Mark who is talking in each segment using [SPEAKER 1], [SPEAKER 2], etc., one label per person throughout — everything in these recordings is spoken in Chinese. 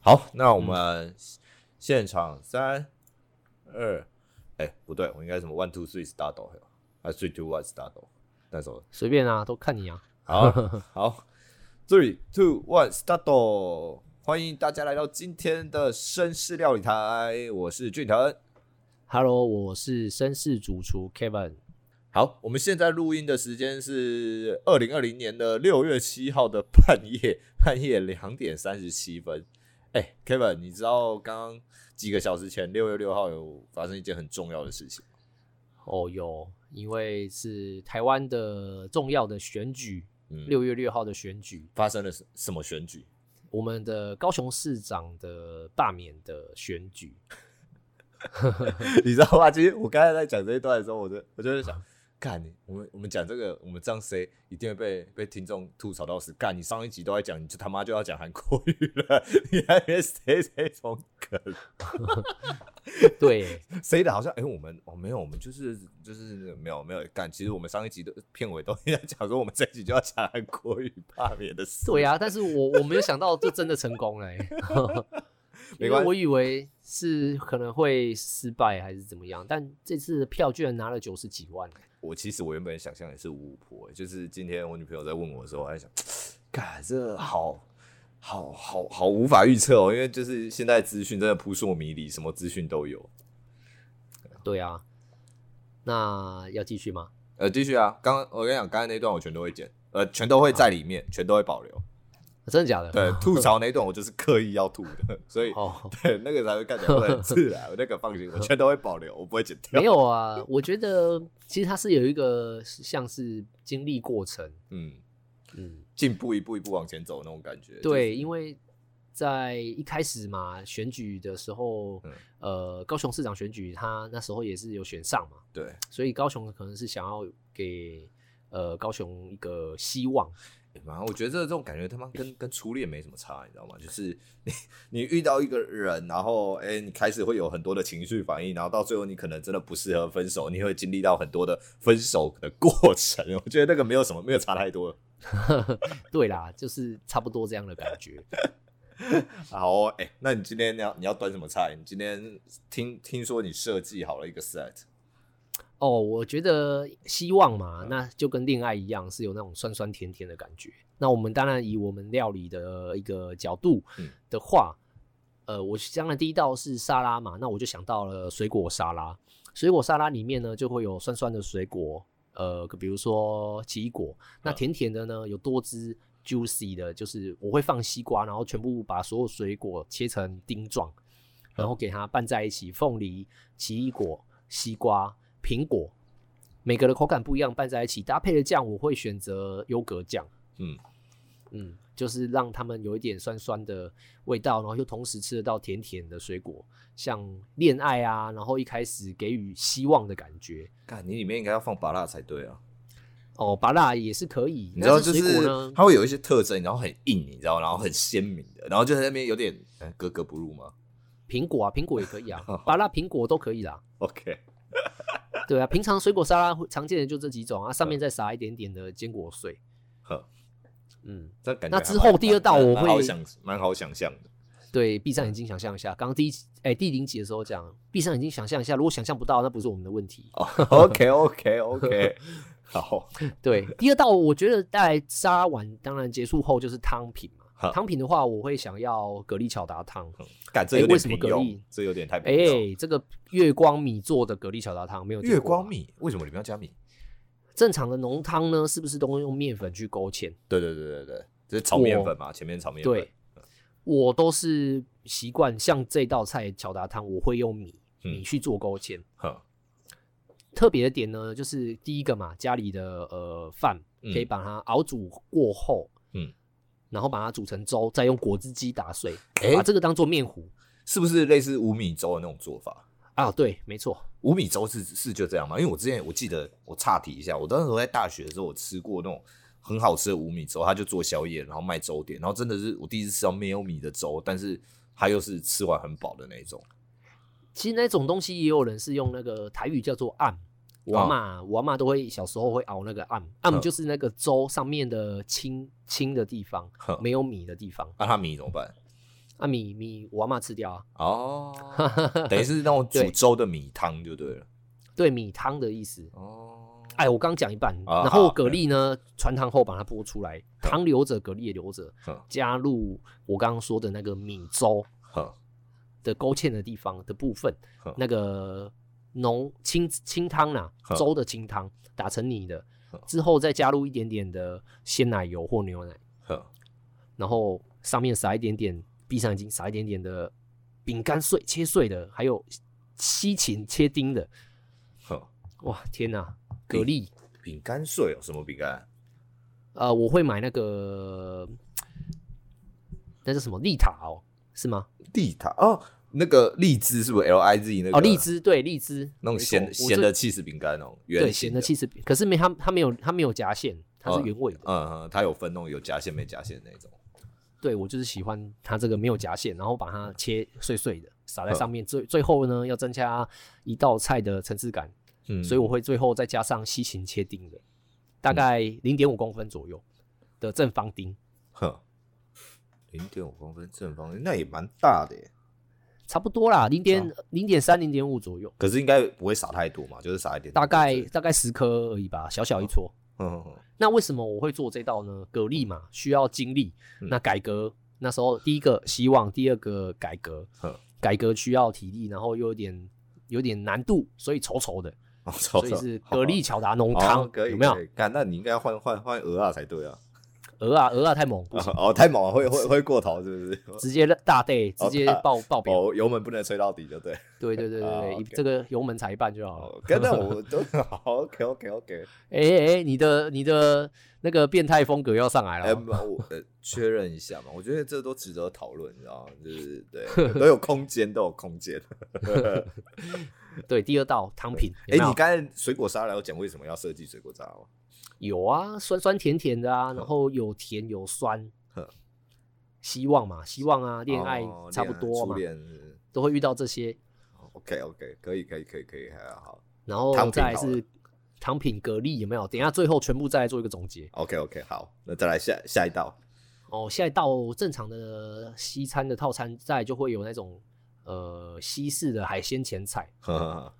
[SPEAKER 1] 好，那我们现场三二，哎，不对，我应该什么 one two three start 哦还是 three two one start 哦那首
[SPEAKER 2] 随便啊，都看你啊。
[SPEAKER 1] 好好，three two one start，欢哦迎大家来到今天的绅士料理台，我是俊腾。
[SPEAKER 2] Hello，我是绅士主厨 Kevin。
[SPEAKER 1] 好，我们现在录音的时间是二零二零年的六月七号的半夜，半夜两点三十七分。哎、k e v i n 你知道刚刚几个小时前，六月六号有发生一件很重要的事情吗。
[SPEAKER 2] 哦哟，因为是台湾的重要的选举，
[SPEAKER 1] 嗯，
[SPEAKER 2] 六月六号的选举，
[SPEAKER 1] 发生了什什么选举？
[SPEAKER 2] 我们的高雄市长的罢免的选 举。
[SPEAKER 1] 你知道吗？其实我刚才在讲这一段的时候，我就我就在想，干你，我们我们讲这个，我们这样谁一定会被被听众吐槽到死。干你上一集都在讲，你就他妈就要讲韩国语了， 你还别谁谁从梗，
[SPEAKER 2] 对，
[SPEAKER 1] 谁的好像哎、我们哦没有，我们就是就是没有没有干。其实我们上一集的片尾都在 讲说，我们这一集就要讲韩国语罢免的事。
[SPEAKER 2] 对 啊，但是我我没有想到这真的成功了欸、
[SPEAKER 1] 没
[SPEAKER 2] 因
[SPEAKER 1] 关系
[SPEAKER 2] 为我以为是可能会失败还是怎么样，但这次的票居然拿了九十几万，
[SPEAKER 1] 我其实我原本想象也是五五婆、欸就是今天我女朋友在问我的时候，我还想，嘎，这好好好好无法预测哦，因为就是现在资讯真的扑朔迷离，什么资讯都有。
[SPEAKER 2] 对啊，那要继续吗？
[SPEAKER 1] 呃，继续啊，刚我跟你讲，刚才那段我全都会剪，呃，全都会在里面，全都会保留。
[SPEAKER 2] 真的假的？
[SPEAKER 1] 对，吐槽那一段我就是刻意要吐的，所以、
[SPEAKER 2] 哦，
[SPEAKER 1] 对那个才会看起来会很自然。我那个放心，我全都会保留，我不会剪掉。
[SPEAKER 2] 没，有啊，我觉得其实它是有一个像是经历过程，
[SPEAKER 1] 嗯，
[SPEAKER 2] 嗯，
[SPEAKER 1] 进步一步一步往前走那种感觉。
[SPEAKER 2] 对，
[SPEAKER 1] 就是
[SPEAKER 2] 因为在一开始嘛，选举的时候，
[SPEAKER 1] 嗯
[SPEAKER 2] 呃，高雄市长选举，他那时候也是有选上嘛，
[SPEAKER 1] 对，
[SPEAKER 2] 所以高雄可能是想要给呃高雄一个 希望，
[SPEAKER 1] 欸妈，我觉得这种感觉他妈跟跟初恋没什么差，你知道吗？就是你你遇到一个人，然后哎、欸你开始会有很多的情绪反应，然后到最后你可能真的不适合分手，你会经历到很多的分手的过程。 我觉得那个没有什么，没有差太多。
[SPEAKER 2] 对啦，就是差不多这样的感觉。
[SPEAKER 1] 好、哦，哎、那你今天你要你要端什么菜？你今天听听说你设计好了一个 set，
[SPEAKER 2] 哦，我觉得希望嘛，
[SPEAKER 1] 嗯
[SPEAKER 2] 那就跟恋爱一样，是有那种酸酸甜甜的感觉。那我们当然以我们料理的一个角度
[SPEAKER 1] 嗯
[SPEAKER 2] 的话，呃，我当然第一道是沙拉嘛，那我就想到了水果沙拉。水果沙拉里面呢，就会有酸酸的水果，呃，比如说奇异果。那
[SPEAKER 1] 嗯
[SPEAKER 2] 甜甜的呢，有多汁 juicy 的，就是我会放西瓜，然后全部把所有水果切成丁状，然后给它拌在一起，凤梨、奇异果、西瓜、苹果，每个的口感不一样，拌在一起搭配的酱，我会选择优格酱。
[SPEAKER 1] 嗯
[SPEAKER 2] 嗯，就是让他们有一点酸酸的味道，然后又同时吃得到甜甜的水果，像恋爱啊，然后一开始给予希望的感觉。
[SPEAKER 1] 看你里面应该要放芭辣才对啊。
[SPEAKER 2] 哦，芭辣也是可以，
[SPEAKER 1] 你知道，
[SPEAKER 2] 但
[SPEAKER 1] 就是
[SPEAKER 2] 水果
[SPEAKER 1] 是
[SPEAKER 2] 呢？
[SPEAKER 1] 它会有一些特征，然后很硬，你知道，然后很鲜明的，然后就在那边有点呃格格不入吗
[SPEAKER 2] 苹果啊，苹果也可以 啊，
[SPEAKER 1] 哦
[SPEAKER 2] 芭辣、苹果都可以啦。
[SPEAKER 1] ？OK。
[SPEAKER 2] 对啊，平常水果沙拉会常见的就这几种啊，上面再撒一点点的坚果碎。
[SPEAKER 1] 呵，
[SPEAKER 2] 嗯，
[SPEAKER 1] 这感觉
[SPEAKER 2] 那
[SPEAKER 1] 还
[SPEAKER 2] 之
[SPEAKER 1] 蛮
[SPEAKER 2] 后第二道
[SPEAKER 1] 蛮
[SPEAKER 2] 我
[SPEAKER 1] 蛮好
[SPEAKER 2] 会
[SPEAKER 1] 想，蛮好想象的。
[SPEAKER 2] 对，闭上眼睛想象一下，刚刚第一集哎第零集的时候讲，闭上眼睛想象一下，如果想象不到，那不是我们的问题。
[SPEAKER 1] 哦 OK OK OK，好，
[SPEAKER 2] 对，第二道我觉得在沙拉碗当然结束后就是汤品
[SPEAKER 1] 好
[SPEAKER 2] 嘛，汤品的话我会想要蛤蜊巧达汤。
[SPEAKER 1] 感这
[SPEAKER 2] 哎
[SPEAKER 1] 有点
[SPEAKER 2] 为什么
[SPEAKER 1] 平
[SPEAKER 2] 蛤
[SPEAKER 1] 庸
[SPEAKER 2] 蜊，
[SPEAKER 1] 这有点太平
[SPEAKER 2] 哎、
[SPEAKER 1] 庸。
[SPEAKER 2] 这个月光米做的蛤蜊巧达汤没有听
[SPEAKER 1] 月
[SPEAKER 2] 过吧啊
[SPEAKER 1] 光米为什么里面要加米？
[SPEAKER 2] 正常的浓汤呢，是不是都用面粉去勾芡？
[SPEAKER 1] 对对对对对，这是炒面粉嘛，前面炒面粉。
[SPEAKER 2] 对，我都是习惯像这道菜巧达汤，我会用米
[SPEAKER 1] 嗯
[SPEAKER 2] 米去做勾芡。
[SPEAKER 1] 哼，
[SPEAKER 2] 特别的点呢，就是第一个嘛，家里的呃饭
[SPEAKER 1] 嗯
[SPEAKER 2] 可以把它熬煮过后，
[SPEAKER 1] 嗯，
[SPEAKER 2] 然后把它煮成粥，再用果汁机打碎，
[SPEAKER 1] 哎
[SPEAKER 2] 把这个当做面糊
[SPEAKER 1] 是不是类似无米粥的那种做法？
[SPEAKER 2] 啊，对，没错，
[SPEAKER 1] 无米粥是是就这样吗？因为我之前我记得我岔题一下，我当时候在大学的时候，我吃过那种很好吃的无米粥，他就做宵夜，然后卖粥点，然后真的是我第一次吃到没有米的粥，但是它又是吃完很饱的那种。
[SPEAKER 2] 其实那种东西也有人是用那个台语叫做“暗”，我
[SPEAKER 1] 哦
[SPEAKER 2] 阿妈、我阿妈都会小时候会熬那个“暗”，“
[SPEAKER 1] 嗯
[SPEAKER 2] 暗”就是那个粥上面的青青的地方
[SPEAKER 1] 哼，
[SPEAKER 2] 没有米的地方。
[SPEAKER 1] 啊那、它米怎么办？
[SPEAKER 2] 啊米米我阿妈吃掉啊，
[SPEAKER 1] 哦，等于是那种煮
[SPEAKER 2] 对
[SPEAKER 1] 粥的米汤就对了。
[SPEAKER 2] 对米汤的意思。
[SPEAKER 1] 哦，
[SPEAKER 2] 哎，我刚讲一半，
[SPEAKER 1] 啊
[SPEAKER 2] 然后
[SPEAKER 1] 好
[SPEAKER 2] 蛤蜊呢，穿汤后把它剥出来，汤留着，蛤蜊也留着
[SPEAKER 1] 嗯，
[SPEAKER 2] 加入我刚刚说的那个米粥
[SPEAKER 1] 哼，
[SPEAKER 2] 的勾芡的地方的部分
[SPEAKER 1] 嗯，
[SPEAKER 2] 那个浓清清汤啦、
[SPEAKER 1] 嗯
[SPEAKER 2] 粥的清汤打成泥的
[SPEAKER 1] 嗯，
[SPEAKER 2] 之后再加入一点点的鲜奶油或牛奶，
[SPEAKER 1] 哼，
[SPEAKER 2] 然后上面撒一点点，闭上眼睛撒一点点的饼干碎切碎的，还有西芹切丁的，
[SPEAKER 1] 哼，
[SPEAKER 2] 哇，天哪，蛤蜊！
[SPEAKER 1] 饼干碎哦，什么饼干？
[SPEAKER 2] 呃，我会买那个那叫什么利塔哦，是吗？
[SPEAKER 1] 地塔哦，那个荔枝是不是 L I Z 那个？
[SPEAKER 2] 哦，荔枝对荔枝，
[SPEAKER 1] 那种
[SPEAKER 2] 没错
[SPEAKER 1] 咸
[SPEAKER 2] 我
[SPEAKER 1] 咸
[SPEAKER 2] 这
[SPEAKER 1] 的起司饼干哦，圆
[SPEAKER 2] 对
[SPEAKER 1] 形
[SPEAKER 2] 咸的，其实，可是没它它没有它没有夹馅，它是
[SPEAKER 1] 嗯
[SPEAKER 2] 原味的。
[SPEAKER 1] 嗯嗯，它有分那种有夹馅没夹馅的那种。
[SPEAKER 2] 对我就是喜欢它这个没有夹馅，然后把它切碎碎的
[SPEAKER 1] 嗯
[SPEAKER 2] 撒在上面，最最后呢要增加一道菜的层次感，
[SPEAKER 1] 嗯，
[SPEAKER 2] 所以我会最后再加上西芹切丁的，大概零点五公分左右的正方丁，
[SPEAKER 1] 哼，零点五公分正方形，那也蛮大的耶。
[SPEAKER 2] 差不多啦，零点零点三零点五左右，
[SPEAKER 1] 可是应该不会撒太多嘛，就是撒一点点。
[SPEAKER 2] 大概
[SPEAKER 1] 对
[SPEAKER 2] 大概十颗而已吧，小小一撮。
[SPEAKER 1] 嗯嗯嗯
[SPEAKER 2] 哦那为什么我会做这道呢？蛤蜊嘛，需要精力。
[SPEAKER 1] 嗯
[SPEAKER 2] 那改革那时候，第一个希望，第二个改革
[SPEAKER 1] 嗯，
[SPEAKER 2] 改革需要体力，然后又有点有点难度，所以稠稠的，
[SPEAKER 1] 哦，所
[SPEAKER 2] 所以是蛤蜊巧达浓
[SPEAKER 1] 汤
[SPEAKER 2] 汤，
[SPEAKER 1] 哦可以
[SPEAKER 2] 有没有
[SPEAKER 1] 可？以干，那你应该换换换鹅啊才对啊！
[SPEAKER 2] 鹅啊鹅啊太猛，不行，
[SPEAKER 1] 哦，太猛了，会会会过头是不是？
[SPEAKER 2] 直接大队直接
[SPEAKER 1] 哦大
[SPEAKER 2] 爆爆表，
[SPEAKER 1] 哦，油门不能吹到底就对。
[SPEAKER 2] 对对对
[SPEAKER 1] 啊
[SPEAKER 2] 对对，
[SPEAKER 1] ，OK
[SPEAKER 2] 一这个油门踩一半就好了
[SPEAKER 1] 哦。，跟那我都好 OK OK OK。
[SPEAKER 2] 哎哎，哎你的你的那个变态风格要上来
[SPEAKER 1] 哎，
[SPEAKER 2] 了哦，
[SPEAKER 1] 不我呃确认一下嘛，我觉得这都值得讨论，你知道吗？就是对，都有空间，都有空间。
[SPEAKER 2] 对，第二道汤品，
[SPEAKER 1] 哎，
[SPEAKER 2] 有没有
[SPEAKER 1] 你刚才水果沙拉有讲为什么要设计水果沙拉吗？
[SPEAKER 2] 有啊，酸酸甜甜的啊，然后有甜有酸
[SPEAKER 1] 呵，
[SPEAKER 2] 希望嘛，希望啊，恋爱
[SPEAKER 1] 哦
[SPEAKER 2] 差不
[SPEAKER 1] 恋爱
[SPEAKER 2] 多
[SPEAKER 1] 初
[SPEAKER 2] 嘛，
[SPEAKER 1] 恋是
[SPEAKER 2] 都会遇到这些。
[SPEAKER 1] OK OK，可以可以可以可以，还好。
[SPEAKER 2] 然后
[SPEAKER 1] 汤品
[SPEAKER 2] 再来
[SPEAKER 1] 好了
[SPEAKER 2] 是糖品蛤蜊有没有？等一下最后全部再来做一个总结
[SPEAKER 1] OK OK，好，那再来下下一道。
[SPEAKER 2] 哦。现在到正常的西餐的套餐，再来就会有那种呃西式的海鲜前菜。
[SPEAKER 1] 呵呵呵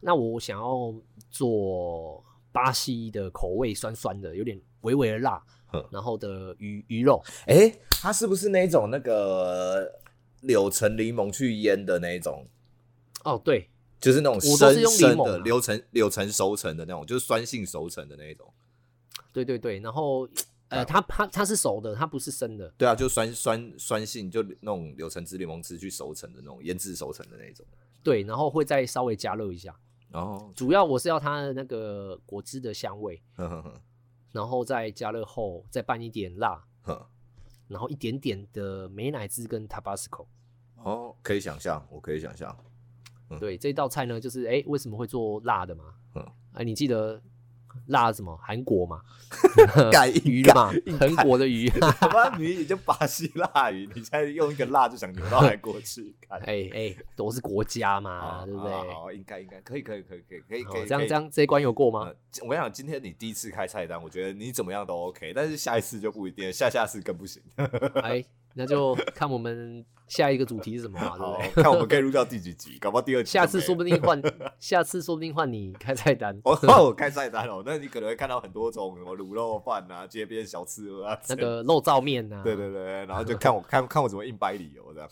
[SPEAKER 2] 那我想要做巴西的口味，酸酸的，有点微微的辣
[SPEAKER 1] 呵，
[SPEAKER 2] 然后的鱼鱼肉，
[SPEAKER 1] 哎、它是不是那种那个柳橙柠檬去腌的那一种？
[SPEAKER 2] 哦对，
[SPEAKER 1] 就是那种
[SPEAKER 2] 我都
[SPEAKER 1] 生
[SPEAKER 2] 是用柠
[SPEAKER 1] 生
[SPEAKER 2] 檬
[SPEAKER 1] 的
[SPEAKER 2] 啊
[SPEAKER 1] 柳橙柳橙熟成的那种，就是酸性熟成的那一种。
[SPEAKER 2] 对对对，然后
[SPEAKER 1] 啊
[SPEAKER 2] 呃，它它它是熟的，它不是生的。
[SPEAKER 1] 对啊，就酸酸酸性，就那种柳橙汁、柠檬汁去熟成的那种腌制熟成的那一种。
[SPEAKER 2] 对，然后会再稍微加热一下。
[SPEAKER 1] 哦，
[SPEAKER 2] 主要我是要它的那个果汁的香味，
[SPEAKER 1] 呵呵呵
[SPEAKER 2] 然后再加热后再拌一点辣，
[SPEAKER 1] 呵，
[SPEAKER 2] 然后一点点的美乃滋跟 Tabasco。
[SPEAKER 1] 哦，可以想象，我可以想象。
[SPEAKER 2] 对，这道菜呢，就是哎，为什么会做辣的嘛？
[SPEAKER 1] 嗯
[SPEAKER 2] 嗯，哎，你记得辣什么？韩 国嘛，
[SPEAKER 1] 干硬
[SPEAKER 2] 鱼
[SPEAKER 1] 干
[SPEAKER 2] 嘛，韩国的鱼。
[SPEAKER 1] 他妈明明就巴西辣鱼，你现在用一个辣就想流到韩国去，看。
[SPEAKER 2] 哎哎，都是国家嘛，对不对？
[SPEAKER 1] 好好好应该应该可以可以可以可以哦可以
[SPEAKER 2] 哦
[SPEAKER 1] 可以。
[SPEAKER 2] 这样
[SPEAKER 1] 可以
[SPEAKER 2] 这，样这一关有过吗
[SPEAKER 1] 呃？我跟你讲，今天你第一次开菜单，我觉得你怎么样都 OK，但是下一次就不一定，下下次更不行。
[SPEAKER 2] 哎，那就看我们下一个主题是什么嘛，对不
[SPEAKER 1] 好
[SPEAKER 2] 对？，
[SPEAKER 1] 看我们可以录到第几集，搞不好第二集就没
[SPEAKER 2] 下
[SPEAKER 1] 了。。
[SPEAKER 2] 次说不定换，下次说不定换你开菜单
[SPEAKER 1] 我换我开菜单哦，那你可能会看到很多种什么卤肉饭啊、街边小吃啊之
[SPEAKER 2] 那
[SPEAKER 1] 类的，
[SPEAKER 2] 个肉燥面啊呐、
[SPEAKER 1] 对对对，然后就看我看看我怎么硬掰理由这样。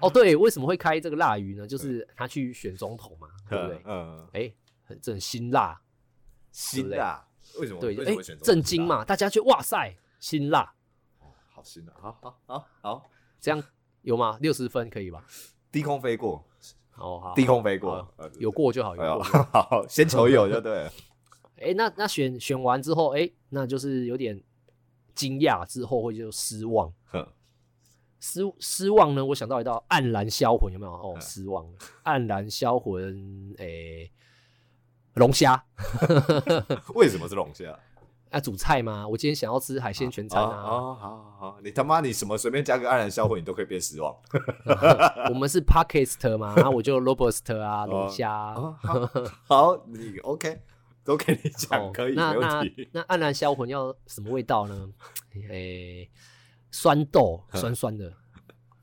[SPEAKER 2] 哦，对，为什么会开这个辣鱼呢？就是他去选总统 嘛，对不对
[SPEAKER 1] 嗯？嗯，
[SPEAKER 2] 哎、很这很辛辣，
[SPEAKER 1] 辛辣，为什么？
[SPEAKER 2] 对，
[SPEAKER 1] 哦为
[SPEAKER 2] 就
[SPEAKER 1] 什
[SPEAKER 2] 哎
[SPEAKER 1] 么会选，中
[SPEAKER 2] 震
[SPEAKER 1] 辛
[SPEAKER 2] 惊
[SPEAKER 1] 辣？
[SPEAKER 2] 嘛，大家觉得哇塞，辛辣，
[SPEAKER 1] 好啊辛辣，好好好好，
[SPEAKER 2] 这样有吗？六十分可以吧？
[SPEAKER 1] 低空飞过，
[SPEAKER 2] 哦，好，
[SPEAKER 1] 低空飞过
[SPEAKER 2] 好，有过就好，有
[SPEAKER 1] 哎呦，
[SPEAKER 2] 过就 好。
[SPEAKER 1] 好，先求有就对了。
[SPEAKER 2] 哎、那那选选完之后，哎、那就是有点惊讶，之后会就失望。
[SPEAKER 1] 哼
[SPEAKER 2] 失失望呢？我想到一道黯然销魂，有没有？哦，
[SPEAKER 1] 嗯
[SPEAKER 2] 失望，黯然销魂，诶、龙虾，
[SPEAKER 1] 为什么是龙虾？
[SPEAKER 2] 啊，主菜嘛。我今天想要吃海鲜全餐
[SPEAKER 1] 啊，
[SPEAKER 2] 啊。
[SPEAKER 1] 哦好好好，你他妈你什么随便加个黯然销魂，你都可以变失 望。
[SPEAKER 2] 我们是 podcast 嘛，然后我就 robust 啊，龙虾啊。
[SPEAKER 1] 哦哦，好， 好，你 OK，都给你讲，
[SPEAKER 2] 哦
[SPEAKER 1] 可以，
[SPEAKER 2] 那
[SPEAKER 1] 没问
[SPEAKER 2] 那
[SPEAKER 1] 题。
[SPEAKER 2] 那黯然销魂要什么味道呢？诶、酸豆，
[SPEAKER 1] 嗯
[SPEAKER 2] 酸酸的，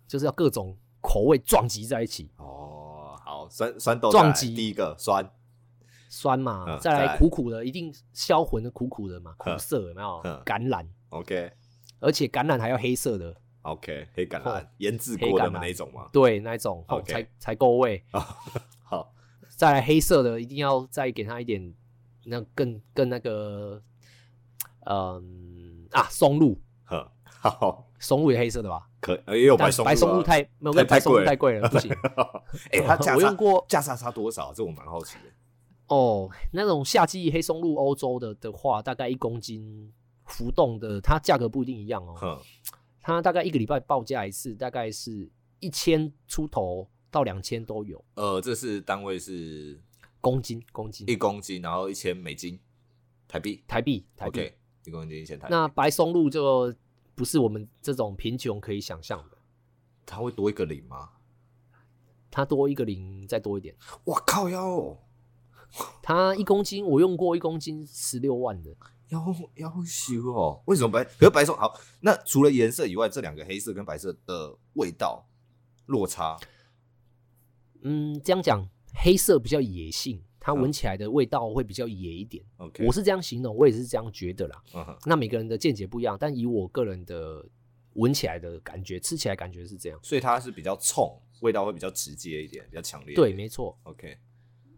[SPEAKER 2] 就是要各种口味撞击在一起，
[SPEAKER 1] 哦，好，酸酸豆
[SPEAKER 2] 撞
[SPEAKER 1] 再来
[SPEAKER 2] 击
[SPEAKER 1] 第一个酸，
[SPEAKER 2] 酸嘛，
[SPEAKER 1] 嗯
[SPEAKER 2] 再
[SPEAKER 1] 再
[SPEAKER 2] 来
[SPEAKER 1] 来
[SPEAKER 2] 苦苦的，一定销魂的苦苦的嘛，苦
[SPEAKER 1] 嗯
[SPEAKER 2] 涩有没有？
[SPEAKER 1] 嗯
[SPEAKER 2] 橄榄，
[SPEAKER 1] OK
[SPEAKER 2] 而且橄榄还要黑色的，
[SPEAKER 1] OK，黑橄
[SPEAKER 2] 哦
[SPEAKER 1] 榄腌制
[SPEAKER 2] 黑
[SPEAKER 1] 过的
[SPEAKER 2] 橄榄
[SPEAKER 1] 那一种吗？
[SPEAKER 2] 对，那一种哦
[SPEAKER 1] OK
[SPEAKER 2] 才才够味。
[SPEAKER 1] 啊，好，
[SPEAKER 2] 再来黑色的，一定要再给它一点那更更那个，嗯啊，松露，
[SPEAKER 1] 呵，好，
[SPEAKER 2] 松露也黑色的吧？
[SPEAKER 1] 可呃因为我白
[SPEAKER 2] 但
[SPEAKER 1] 松
[SPEAKER 2] 白松露
[SPEAKER 1] 啊
[SPEAKER 2] 太没有
[SPEAKER 1] 太
[SPEAKER 2] 白
[SPEAKER 1] 太
[SPEAKER 2] 松露
[SPEAKER 1] 贵了
[SPEAKER 2] 太贵了， 不行。
[SPEAKER 1] 哎、它价
[SPEAKER 2] 我
[SPEAKER 1] 差
[SPEAKER 2] 用过
[SPEAKER 1] 价差差多少？这我蛮好奇的。
[SPEAKER 2] 哦，那种夏季黑松露欧洲的的话，大概一公斤浮动的，它价格不一定一样哦。
[SPEAKER 1] 哼，
[SPEAKER 2] 它大概一个礼拜报价一次，大概是一千出头到两千都有
[SPEAKER 1] 呃，这是单位是
[SPEAKER 2] 公斤，公斤
[SPEAKER 1] 一公斤，然后一千美金，台币。
[SPEAKER 2] 台币台币。
[SPEAKER 1] OK，一公斤一千台币。
[SPEAKER 2] 那白松露就不是我们这种贫穷可以想象的，
[SPEAKER 1] 它会多一个零吗？
[SPEAKER 2] 它多一个零再多一点，
[SPEAKER 1] 哇靠哦要
[SPEAKER 2] 它一公斤我用过一公斤十六万的，
[SPEAKER 1] 要要修哦！为什么白？可是白松好，那除了颜色以外，这两个黑色跟白色的味道落差，
[SPEAKER 2] 嗯，这样讲黑色比较野性，它
[SPEAKER 1] 嗯
[SPEAKER 2] 闻起来的味道会比较野一点。
[SPEAKER 1] OK
[SPEAKER 2] 我是这样形容，我也是这样觉得啦。
[SPEAKER 1] 嗯哼，
[SPEAKER 2] 那每个人的见解不一样，但以我个人的闻起来的感觉，吃起来感觉是这样。
[SPEAKER 1] 所以它是比较冲，味道会比较直接一点，比较强烈一点。
[SPEAKER 2] 对，没错。
[SPEAKER 1] OK，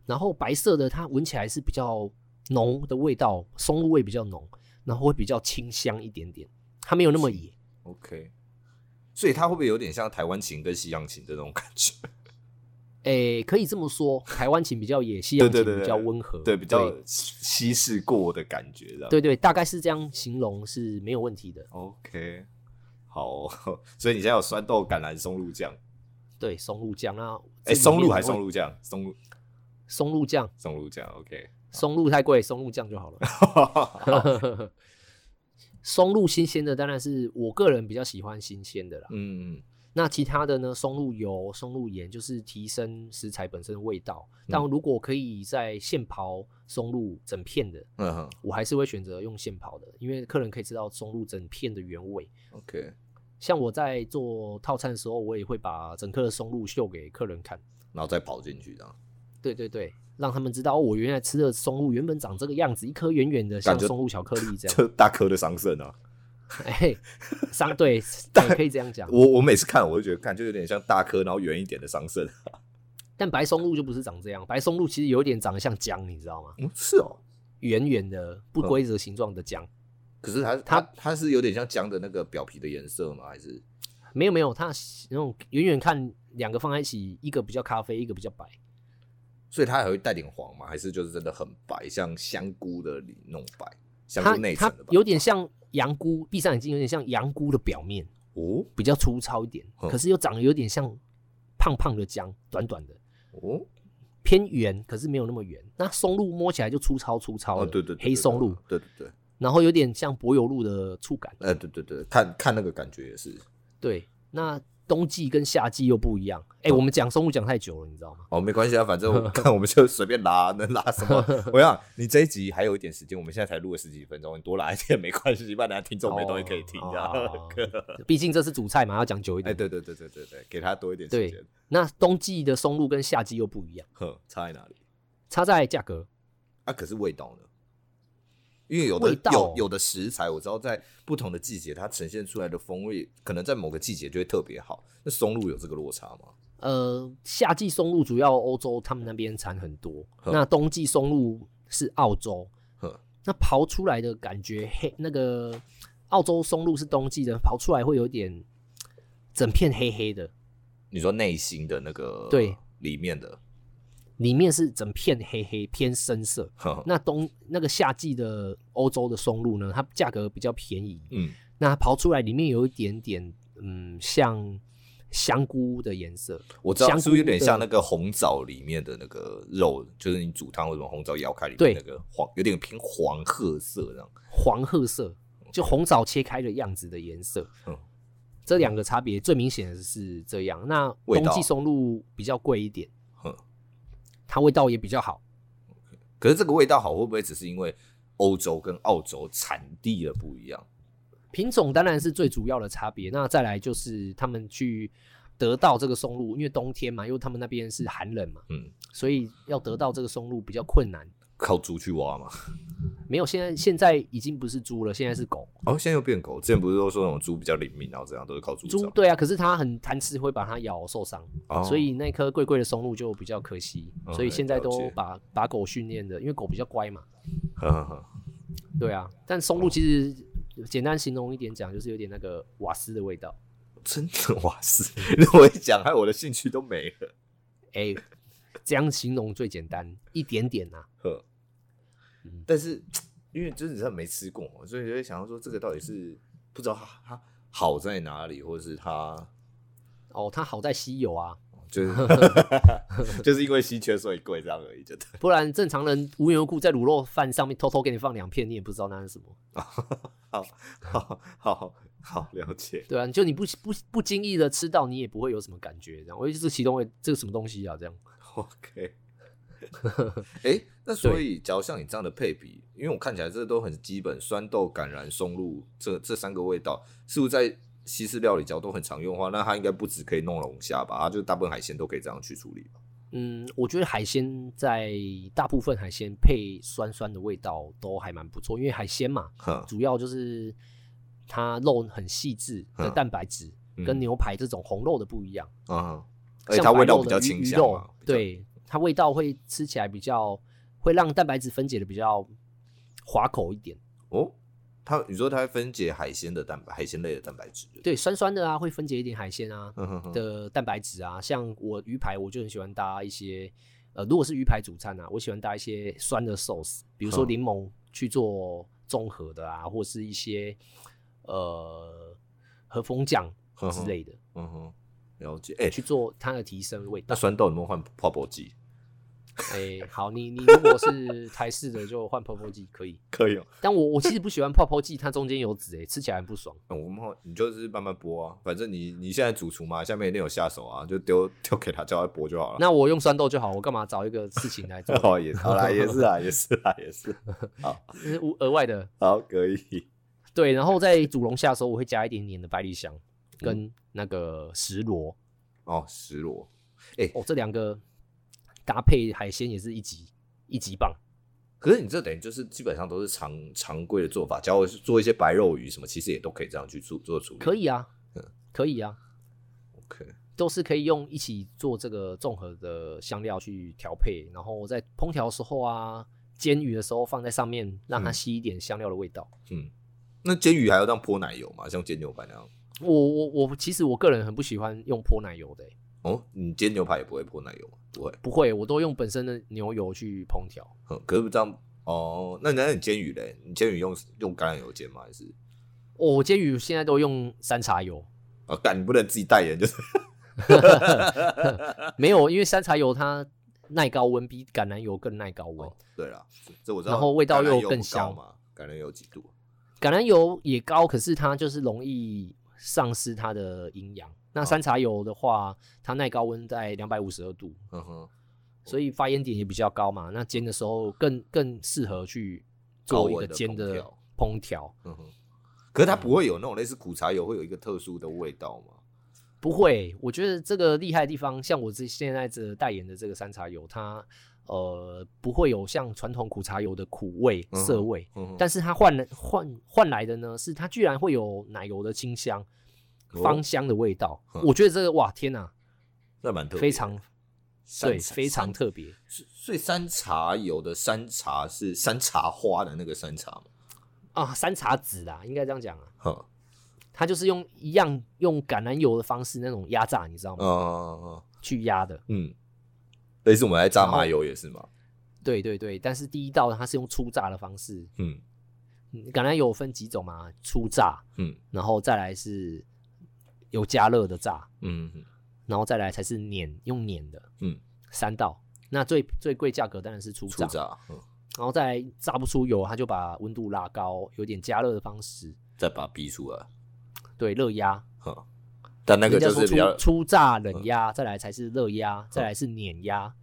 [SPEAKER 2] 然后白色的它闻起来是比较浓的味道，松露味比较浓，然后会比较清香一点点，它没有那么野。
[SPEAKER 1] OK，所以它会不会有点像台湾琴跟西洋琴的那种感 觉？
[SPEAKER 2] 诶，可以这么说，台湾琴比较野，西洋
[SPEAKER 1] 对
[SPEAKER 2] 琴
[SPEAKER 1] 对对
[SPEAKER 2] 比较温和，
[SPEAKER 1] 对，比较稀释过的感觉的。
[SPEAKER 2] 对对，大概是这样形容是没有问题的。
[SPEAKER 1] ，OK，好哦、 所以你现在有酸豆、橄榄、松露酱，
[SPEAKER 2] 对，松露酱那
[SPEAKER 1] 哎、松露还
[SPEAKER 2] 是
[SPEAKER 1] 松露酱，松露
[SPEAKER 2] 松露酱，
[SPEAKER 1] 松露酱，OK，
[SPEAKER 2] 松露太贵，松露酱就好了。 松露新鲜的当然是我个人比较喜欢新鲜的啦。
[SPEAKER 1] 嗯，
[SPEAKER 2] 那其他的呢？松露油、松露盐就是提升食材本身的味道。
[SPEAKER 1] 嗯
[SPEAKER 2] 但如果可以在现刨松露整片的，
[SPEAKER 1] 嗯哼
[SPEAKER 2] 我还是会选择用现刨的，因为客人可以知道松露整片的原味。
[SPEAKER 1] ，OK，
[SPEAKER 2] 像我在做套餐的时候，我也会把整颗的松露秀给客人看。
[SPEAKER 1] 然后再跑进去这样，
[SPEAKER 2] 对对对，让他们知道哦我原来吃的松露原本长这个样子，一颗圆圆的，像
[SPEAKER 1] 感觉
[SPEAKER 2] 松露巧克力这样。
[SPEAKER 1] 这大颗的桑葚啊，
[SPEAKER 2] 哎，商 对，对可以这样讲。
[SPEAKER 1] 我我每次看我就觉得，看就有点像大颗，然后圆一点的桑葚，
[SPEAKER 2] 但白松露就不是长这样，白松露其实有点长得像姜，你知道吗？
[SPEAKER 1] 嗯，是哦，
[SPEAKER 2] 圆圆的不
[SPEAKER 1] 嗯
[SPEAKER 2] 规则形状的姜。
[SPEAKER 1] 可是它它它是有点像姜的那个表皮的颜色吗？还是
[SPEAKER 2] 没有没有，它那种远远看两个放在一起，一个比较咖啡，一个比较白。
[SPEAKER 1] 所以它还会带点黄吗？还是就是真的很白，像香菇的里弄白，香
[SPEAKER 2] 它
[SPEAKER 1] 菇内层
[SPEAKER 2] 它
[SPEAKER 1] 的吧？
[SPEAKER 2] 有点像羊菇，闭上眼睛有点像羊菇的表面，
[SPEAKER 1] 哦
[SPEAKER 2] 比较粗糙一点，
[SPEAKER 1] 嗯
[SPEAKER 2] 可是又长得有点像胖胖的姜，短短的。
[SPEAKER 1] 哦
[SPEAKER 2] 偏圆，可是没有那么圆。那松露摸起来就粗糙粗糙的，
[SPEAKER 1] 哦，对对，对
[SPEAKER 2] 黑松露，，
[SPEAKER 1] 对对对，
[SPEAKER 2] 然后有点像柏油路的触感。
[SPEAKER 1] 呃对对对，看看那个感觉也是。
[SPEAKER 2] 对，那冬季跟夏季又不一样。哎、
[SPEAKER 1] 哦
[SPEAKER 2] 我们讲松露讲太久了，你知道吗？
[SPEAKER 1] 哦，没关系啊，反正 我看我们就随便拉，能拉什么？ 我想你这一集还有一点时间，我们现在才录了十几分钟，你多拉一点没关系，不然等下听众没东西可以听啊。
[SPEAKER 2] 哦 毕竟这是主菜嘛，要讲久 一
[SPEAKER 1] 哎，对
[SPEAKER 2] 点。
[SPEAKER 1] 对对对对对，给他多一点
[SPEAKER 2] 对
[SPEAKER 1] 时间。
[SPEAKER 2] 那冬季的松露跟夏季又不一样，
[SPEAKER 1] 哼，差在哪里？
[SPEAKER 2] 差在价格。
[SPEAKER 1] 啊，可是味道呢？因为有的
[SPEAKER 2] 味道
[SPEAKER 1] 有有的食材，我知道在不同的季节，它呈现出来的风味，可能在某个季节就会特别好。那松露有这个落差吗？
[SPEAKER 2] 呃，夏季松露主要欧洲他们那边产很多，
[SPEAKER 1] 呵
[SPEAKER 2] 那冬季松露是澳洲。
[SPEAKER 1] 哼，
[SPEAKER 2] 那刨出来的感觉黑，那个澳洲松露是冬季的，刨出来会有点整片黑黑的，
[SPEAKER 1] 你说内心的那个
[SPEAKER 2] 对
[SPEAKER 1] 里面的，
[SPEAKER 2] 里面是整片黑黑偏深色。
[SPEAKER 1] 哼
[SPEAKER 2] 那冬那个夏季的欧洲的松露呢，它价格比较便宜，
[SPEAKER 1] 嗯
[SPEAKER 2] 那刨出来里面有一点点嗯像香菇的颜色，
[SPEAKER 1] 我知道
[SPEAKER 2] 香
[SPEAKER 1] 是不是有
[SPEAKER 2] 菇
[SPEAKER 1] 点
[SPEAKER 2] 的
[SPEAKER 1] 像那个红枣里面的那个肉，就是你煮汤或者什么红枣咬开里
[SPEAKER 2] 对
[SPEAKER 1] 面那个黄，有点偏黄褐色这样。
[SPEAKER 2] 黄褐色，就红枣切开的样子的颜色。
[SPEAKER 1] 嗯
[SPEAKER 2] 这两个差别最明显的是这样。那
[SPEAKER 1] 味
[SPEAKER 2] 冬
[SPEAKER 1] 道
[SPEAKER 2] 季松露比较贵一点，
[SPEAKER 1] 嗯
[SPEAKER 2] 它味道也比较好。
[SPEAKER 1] 可是这个味道好，会不会只是因为欧洲跟澳洲产地的不一样？
[SPEAKER 2] 品种当然是最主要的差别。那再来就是他们去得到这个松露，因为冬天嘛，因为他们那边是寒冷嘛，
[SPEAKER 1] 嗯，
[SPEAKER 2] 所以要得到这个松露比较困难。
[SPEAKER 1] 靠猪去挖嘛。
[SPEAKER 2] 没有，现在现在已经不是猪了，现在是狗。
[SPEAKER 1] 哦，现在又变狗，之前不是都说那种猪比较灵敏，然后怎样都是靠猪
[SPEAKER 2] 猪
[SPEAKER 1] 长。
[SPEAKER 2] 对啊，可是它很贪吃，会把它咬受伤，
[SPEAKER 1] 哦
[SPEAKER 2] 所以那棵贵贵的松露就比较可惜。
[SPEAKER 1] 嗯
[SPEAKER 2] 所以现在
[SPEAKER 1] 了
[SPEAKER 2] 都
[SPEAKER 1] 解
[SPEAKER 2] 把把狗训练的，因为狗比较乖嘛。
[SPEAKER 1] 呵呵呵
[SPEAKER 2] 对啊，但松
[SPEAKER 1] 哦
[SPEAKER 2] 露其实简单形容一点讲，就是有点那个瓦斯的味道。
[SPEAKER 1] 真的哇塞！ 我一讲，害我的兴趣都没了。
[SPEAKER 2] 哎、这样形容最简单，一点点呐、啊。
[SPEAKER 1] 呵
[SPEAKER 2] 嗯
[SPEAKER 1] 但是因为就是你知道没吃过，所以就会想要说这个到底是不知道它它好在哪里，或者是它
[SPEAKER 2] 哦，它好在稀有啊，
[SPEAKER 1] 就是 就是 因为稀缺所以贵这样而已，就对。
[SPEAKER 2] 不然正常人无缘无故在卤肉饭上面偷偷给你放两片，你也不知道那是什么。
[SPEAKER 1] 好好好了解，
[SPEAKER 2] 对啊，就你不不不经意的吃到，你也不会有什么感觉。这样，我就是其中味，这个什么东西啊？这样，
[SPEAKER 1] OK。哎、那所以，假如像你这样的配比，因为我看起来这都很基本，酸豆、橄榄、松露这这三个味道，似乎在西式料理角都很常用的话，那它应该不止可以弄龙虾吧？它就大部分海鲜都可以这样去处理吧？
[SPEAKER 2] 嗯，我觉得海鲜在大部分海鲜配酸酸的味道都还蛮不错，因为海鲜嘛，
[SPEAKER 1] 哼，
[SPEAKER 2] 主要就是它肉很细致的
[SPEAKER 1] 嗯
[SPEAKER 2] 蛋白质，
[SPEAKER 1] 嗯
[SPEAKER 2] 跟牛排这种红肉的不一样。
[SPEAKER 1] 啊，而且
[SPEAKER 2] 像
[SPEAKER 1] 它
[SPEAKER 2] 白
[SPEAKER 1] 味道
[SPEAKER 2] 肉
[SPEAKER 1] 比
[SPEAKER 2] 的
[SPEAKER 1] 较
[SPEAKER 2] 鱼
[SPEAKER 1] 清
[SPEAKER 2] 鱼
[SPEAKER 1] 香
[SPEAKER 2] 肉
[SPEAKER 1] 嘛，比较，
[SPEAKER 2] 对它味道会吃起来比较会让蛋白质分解的比较滑口一点。
[SPEAKER 1] 哦，它你说它会分解海鲜的蛋白，海鲜类的蛋白质，，
[SPEAKER 2] 对，酸酸的啊，会分解一点海鲜啊
[SPEAKER 1] 嗯哼哼，
[SPEAKER 2] 的蛋白质啊。像我鱼排，我就很喜欢搭一些，呃，如果是鱼排主餐啊，我喜欢搭一些酸的 sauce，比如说
[SPEAKER 1] 嗯
[SPEAKER 2] 柠檬去做综合的啊，或是一些呃和风酱
[SPEAKER 1] 嗯
[SPEAKER 2] 之
[SPEAKER 1] 哼
[SPEAKER 2] 类的，
[SPEAKER 1] 嗯哼，了解。哎、
[SPEAKER 2] 去做它的提升味
[SPEAKER 1] 那
[SPEAKER 2] 道。
[SPEAKER 1] 酸豆能不能换泡泡机？
[SPEAKER 2] 哎、好，你你如果是台式的，就换泡泡剂可以。
[SPEAKER 1] 可以哦、
[SPEAKER 2] 但我我其实不喜欢泡泡剂，它中间有籽，哎，吃起来很不爽。
[SPEAKER 1] 嗯我们后你就是慢慢剥啊，反正你你现在主厨嘛，下面一定有下手啊，就丢丢给他叫他剥就好了。哦
[SPEAKER 2] 那我用酸豆就好，我干嘛找一个事情来 做？
[SPEAKER 1] 好也好啦，也是啊，也是啊，也是。
[SPEAKER 2] 这是呃无额外的。
[SPEAKER 1] 好，可以。
[SPEAKER 2] 对，然后在煮龙虾的时候，我会加一点点的百里香
[SPEAKER 1] 嗯
[SPEAKER 2] 跟那个石螺，
[SPEAKER 1] 哦，石螺，
[SPEAKER 2] 哦，这两个搭配海鲜也是一级一级棒。
[SPEAKER 1] 可是你这等于就是基本上都是常常规的做法，只要是做一些白肉鱼什么，其实也都可以这样去做做处理。
[SPEAKER 2] 可
[SPEAKER 1] 以
[SPEAKER 2] 以啊
[SPEAKER 1] 嗯，
[SPEAKER 2] 可以啊，
[SPEAKER 1] ，OK，
[SPEAKER 2] 都是可以用一起做这个综合的香料去调配，然后在烹调的时候啊，煎鱼的时候放在上面，让它
[SPEAKER 1] 嗯
[SPEAKER 2] 吸一点香料的味道。
[SPEAKER 1] 嗯。那煎鱼还要这样泼奶油吗？像煎牛排那样？
[SPEAKER 2] 我我我其实我个人很不喜欢用泼奶油的、欸
[SPEAKER 1] 哦，你煎牛排也不会泼奶油吗？不会。
[SPEAKER 2] 不会，我都用本身的牛油去烹调。
[SPEAKER 1] 哼可是这样哦，那那你煎鱼嘞？你煎鱼用用橄榄油煎吗？还是
[SPEAKER 2] 哦我煎鱼现在都用山茶油，
[SPEAKER 1] 啊，干你不能自己代言，就是
[SPEAKER 2] 没有，因为山茶油它耐高温，比橄榄油更耐高温。
[SPEAKER 1] 对啦，这我知道。
[SPEAKER 2] 然后味道
[SPEAKER 1] 橄榄
[SPEAKER 2] 又
[SPEAKER 1] 油
[SPEAKER 2] 更
[SPEAKER 1] 不高
[SPEAKER 2] 香
[SPEAKER 1] 嘛，橄榄油几度？
[SPEAKER 2] 橄榄油也高，可是它就是容易丧失它的营养。
[SPEAKER 1] 哦
[SPEAKER 2] 那山茶油的话，它耐高温在两百五十二度，
[SPEAKER 1] 嗯哼，
[SPEAKER 2] 所以发烟点也比较高嘛。那煎的时候更更适合去做一
[SPEAKER 1] 高
[SPEAKER 2] 个
[SPEAKER 1] 温的
[SPEAKER 2] 煎
[SPEAKER 1] 烹
[SPEAKER 2] 的
[SPEAKER 1] 调
[SPEAKER 2] 烹调。
[SPEAKER 1] 嗯哼。可是它不会有那种类似苦茶油，会有一个特殊的味道吗？
[SPEAKER 2] 不会，我觉得这个厉害的地方，像我这现在这代言的这个山茶油，它呃不会有像传统苦茶油的苦味、
[SPEAKER 1] 嗯
[SPEAKER 2] 涩味，
[SPEAKER 1] 嗯哼，
[SPEAKER 2] 但是它换了换换来的呢，是它居然会有奶油的清香、
[SPEAKER 1] 哦
[SPEAKER 2] 芳香的味道。
[SPEAKER 1] 嗯
[SPEAKER 2] 我觉得这个哇，天哪，
[SPEAKER 1] 那蛮特别的
[SPEAKER 2] 非常
[SPEAKER 1] 山
[SPEAKER 2] 对，
[SPEAKER 1] 茶
[SPEAKER 2] 非常
[SPEAKER 1] 山
[SPEAKER 2] 特别。
[SPEAKER 1] 所所以山茶油的山茶是山茶花的那个山茶嘛？
[SPEAKER 2] 啊，山茶籽啦，应该这样讲啊，
[SPEAKER 1] 哼，
[SPEAKER 2] 它就是用一样用橄榄油的方式那种压榨，你知道吗？
[SPEAKER 1] 嗯
[SPEAKER 2] 去压的，
[SPEAKER 1] 嗯，类似我们在炸
[SPEAKER 2] 然后
[SPEAKER 1] 麻油也是嘛？
[SPEAKER 2] 对对对。但是第一道它是用初榨的方式，
[SPEAKER 1] 嗯
[SPEAKER 2] 嗯橄榄油分几种嘛，初榨，
[SPEAKER 1] 嗯
[SPEAKER 2] 然后再来是有加热的炸，
[SPEAKER 1] 嗯嗯
[SPEAKER 2] 然后再来才是碾用碾的
[SPEAKER 1] 嗯，
[SPEAKER 2] 三道。那最最贵价格当然是初
[SPEAKER 1] 初
[SPEAKER 2] 炸，
[SPEAKER 1] 炸，嗯，
[SPEAKER 2] 然后再来炸不出油，它就把温度拉高，有点加热的方式，
[SPEAKER 1] 再把它逼出来，
[SPEAKER 2] 对热压。
[SPEAKER 1] 哼。但那个
[SPEAKER 2] 人
[SPEAKER 1] 就
[SPEAKER 2] 家说
[SPEAKER 1] 是比较嗯
[SPEAKER 2] 初初炸冷压，再来才是热压，再来是碾压。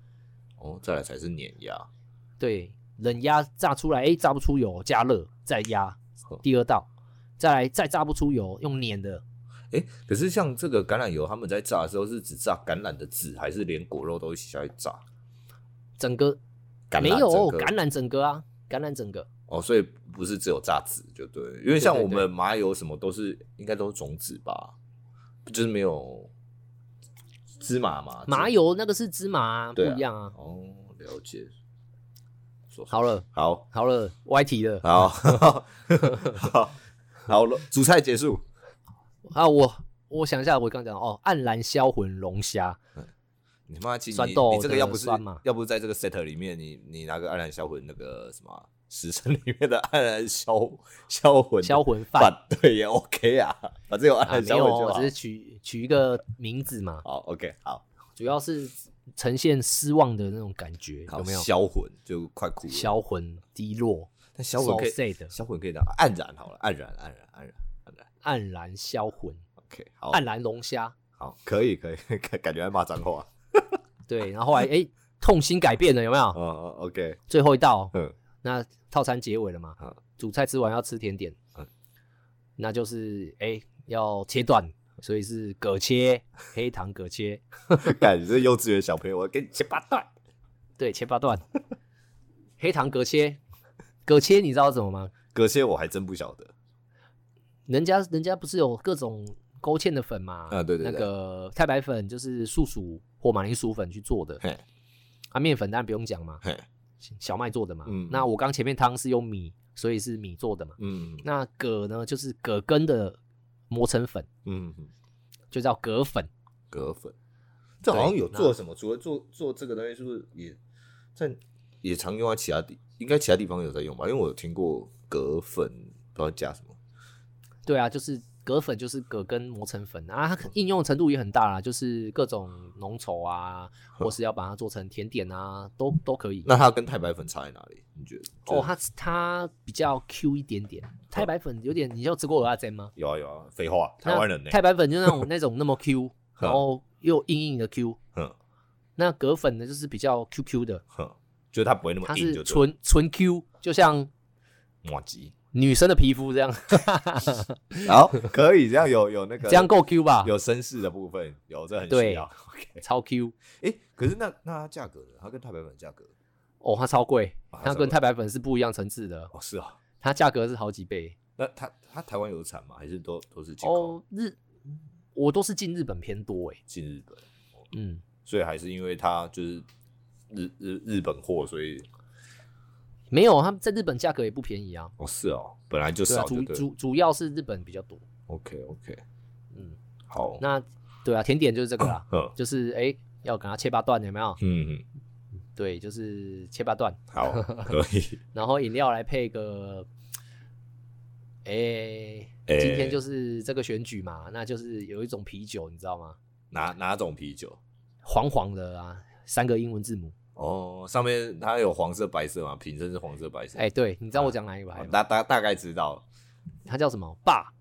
[SPEAKER 1] 哦，再来才是碾压，
[SPEAKER 2] 对，冷压炸出来，哎，炸不出油，加热再压
[SPEAKER 1] 呵，
[SPEAKER 2] 第二道，再来再炸不出油，用碾的，
[SPEAKER 1] 哎、可是像这个橄榄油，他们在炸的时候是只炸橄榄的籽，还是连果肉都一起下去炸？
[SPEAKER 2] 整个
[SPEAKER 1] 橄榄
[SPEAKER 2] 没有哦
[SPEAKER 1] 整个
[SPEAKER 2] 橄榄整个啊，橄榄整个
[SPEAKER 1] 哦，所以不是只有榨籽就对了，因为像
[SPEAKER 2] 对
[SPEAKER 1] 我
[SPEAKER 2] 对对
[SPEAKER 1] 们麻油什么都是应该都是种子吧，就是没有芝麻嘛。
[SPEAKER 2] 麻
[SPEAKER 1] 芝
[SPEAKER 2] 油那个是芝麻啊、不
[SPEAKER 1] 对啊
[SPEAKER 2] 一样啊。
[SPEAKER 1] 哦，了解。说
[SPEAKER 2] 好了
[SPEAKER 1] 好
[SPEAKER 2] 好了，歪题了
[SPEAKER 1] 好好好了，主菜结束。
[SPEAKER 2] 啊！我我想一下，我刚讲哦，黯然销魂龙虾，
[SPEAKER 1] 你他妈其实
[SPEAKER 2] 酸
[SPEAKER 1] 你
[SPEAKER 2] 豆
[SPEAKER 1] 你这个
[SPEAKER 2] 的
[SPEAKER 1] 要不是
[SPEAKER 2] 酸嘛
[SPEAKER 1] 要不是在这个 set 里面，你你拿个黯然销魂那个什么时辰里面的黯然销销魂
[SPEAKER 2] 销魂饭
[SPEAKER 1] 饭， 对也 OK 啊，反正有黯
[SPEAKER 2] 啊，
[SPEAKER 1] 然
[SPEAKER 2] 没
[SPEAKER 1] 销魂
[SPEAKER 2] 有，
[SPEAKER 1] 就
[SPEAKER 2] 我
[SPEAKER 1] 好。
[SPEAKER 2] 只是取取一个名字嘛，
[SPEAKER 1] 好 OK 好，
[SPEAKER 2] 主要是呈现失望的那种感觉，
[SPEAKER 1] 好
[SPEAKER 2] 有没有？
[SPEAKER 1] 销魂就快哭了。
[SPEAKER 2] 销魂低落，
[SPEAKER 1] 但销魂可以
[SPEAKER 2] sad
[SPEAKER 1] 销魂可以拿黯然好了，黯然黯然黯然黯然
[SPEAKER 2] 黯然销魂，
[SPEAKER 1] OK 好
[SPEAKER 2] 黯然龙虾。
[SPEAKER 1] 好可以可以，感感觉在骂脏话。
[SPEAKER 2] 对，然后后来哎，痛心改变了，有没
[SPEAKER 1] 嗯
[SPEAKER 2] 有？
[SPEAKER 1] 嗯 OK
[SPEAKER 2] 最后一道，
[SPEAKER 1] 嗯
[SPEAKER 2] 那套餐结尾了嘛
[SPEAKER 1] 嗯，
[SPEAKER 2] 主菜吃完要吃甜点
[SPEAKER 1] 嗯，
[SPEAKER 2] 那就是哎要切断，所以是葛切，黑糖葛切，
[SPEAKER 1] 感觉是幼稚园小朋友，我给你切八段。
[SPEAKER 2] 对，切 八段，黑糖葛切，葛切你知道怎么吗？
[SPEAKER 1] 葛些我还真不晓得。
[SPEAKER 2] 人家人家不是有各种勾芡的粉嘛？
[SPEAKER 1] 啊对对对
[SPEAKER 2] 那个太白粉就是素薯或马铃薯粉去做的
[SPEAKER 1] 嘿，
[SPEAKER 2] 啊，面粉当然不用讲嘛，
[SPEAKER 1] 嘿，
[SPEAKER 2] 小麦做的嘛。
[SPEAKER 1] 嗯
[SPEAKER 2] 那我刚前面汤是用米，所以是米做的嘛。
[SPEAKER 1] 嗯
[SPEAKER 2] 那葛呢，就是葛根的磨成粉，
[SPEAKER 1] 嗯，嗯
[SPEAKER 2] 就叫葛粉。
[SPEAKER 1] 葛粉，这
[SPEAKER 2] 对
[SPEAKER 1] 好像有
[SPEAKER 2] 那
[SPEAKER 1] 做什么？除了做做这个东西，是不是也在也常用在其他地？应该其他地方有在用吧？因为我有听过葛粉，不知道加什么。
[SPEAKER 2] 对啊，就是葛粉，就是葛根磨成粉啊，它可应用程度也很大啦，就是各种浓 稠啊，或是要把它做成甜点啊，都都可以。
[SPEAKER 1] 那它跟太白粉差在哪里？你觉得？
[SPEAKER 2] 哦，
[SPEAKER 1] 就是
[SPEAKER 2] 它它比较 Q 一点点，太白粉有点，你有吃过鹅阿煎吗？
[SPEAKER 1] 有啊有啊，废话，
[SPEAKER 2] 那
[SPEAKER 1] 台湾人呢、
[SPEAKER 2] 太白粉就那种那种那么 Q，然后又硬硬的 Q。
[SPEAKER 1] 哼
[SPEAKER 2] 那葛粉呢，就是比较 QQ 的，
[SPEAKER 1] 哼，就是它不会那么
[SPEAKER 2] 它
[SPEAKER 1] 硬
[SPEAKER 2] 是
[SPEAKER 1] 就，对了。
[SPEAKER 2] 纯纯 Q，就像
[SPEAKER 1] 马 吉。
[SPEAKER 2] 女生的皮肤这样，
[SPEAKER 1] 好，可以这样有有那个
[SPEAKER 2] 这样够 Q 吧？
[SPEAKER 1] 有绅士的部分，有这很需
[SPEAKER 2] 对
[SPEAKER 1] 要。OK，
[SPEAKER 2] 超 Q
[SPEAKER 1] 哎、可是那那它价格呢？它跟太白粉的价格
[SPEAKER 2] 哦，它超贵，
[SPEAKER 1] 哦它超
[SPEAKER 2] 它
[SPEAKER 1] 贵
[SPEAKER 2] 跟太白粉是不一样层次的，
[SPEAKER 1] 哦是啊、哦，
[SPEAKER 2] 它价格是好几倍。
[SPEAKER 1] 那它它台湾有产吗？还是都都是进口
[SPEAKER 2] 哦，日我都是进日本偏多诶、
[SPEAKER 1] 进日本？
[SPEAKER 2] 嗯，
[SPEAKER 1] 所以还是因为它就是日日日本货，所以
[SPEAKER 2] 没有，他们在日本价格也不便宜啊。
[SPEAKER 1] 哦是哦，本来就
[SPEAKER 2] 对啊，
[SPEAKER 1] 少就
[SPEAKER 2] 主
[SPEAKER 1] 对了。
[SPEAKER 2] 主主要是日本比较多。
[SPEAKER 1] OK OK，
[SPEAKER 2] 嗯，
[SPEAKER 1] 好，
[SPEAKER 2] 那对啊，甜点就是这 个啦，
[SPEAKER 1] 嗯
[SPEAKER 2] 就是哎、要给它切八段，有没有？
[SPEAKER 1] 嗯嗯，
[SPEAKER 2] 对，就是切八段，
[SPEAKER 1] 好， 可以。
[SPEAKER 2] 然后饮料来配个，诶、
[SPEAKER 1] 诶
[SPEAKER 2] 今天就是这个选举嘛，那就是有一种啤酒，你知道吗？
[SPEAKER 1] 哪哪种啤酒？
[SPEAKER 2] 黄黄的啊，三个英文字母。
[SPEAKER 1] 哦，上面它有黄色、白色嘛，瓶身是黄色、白色。
[SPEAKER 2] 哎、对，你知道我讲哪一个牌
[SPEAKER 1] 哦
[SPEAKER 2] 吗？
[SPEAKER 1] 大大大概知道，
[SPEAKER 2] 它叫什么？ 霸，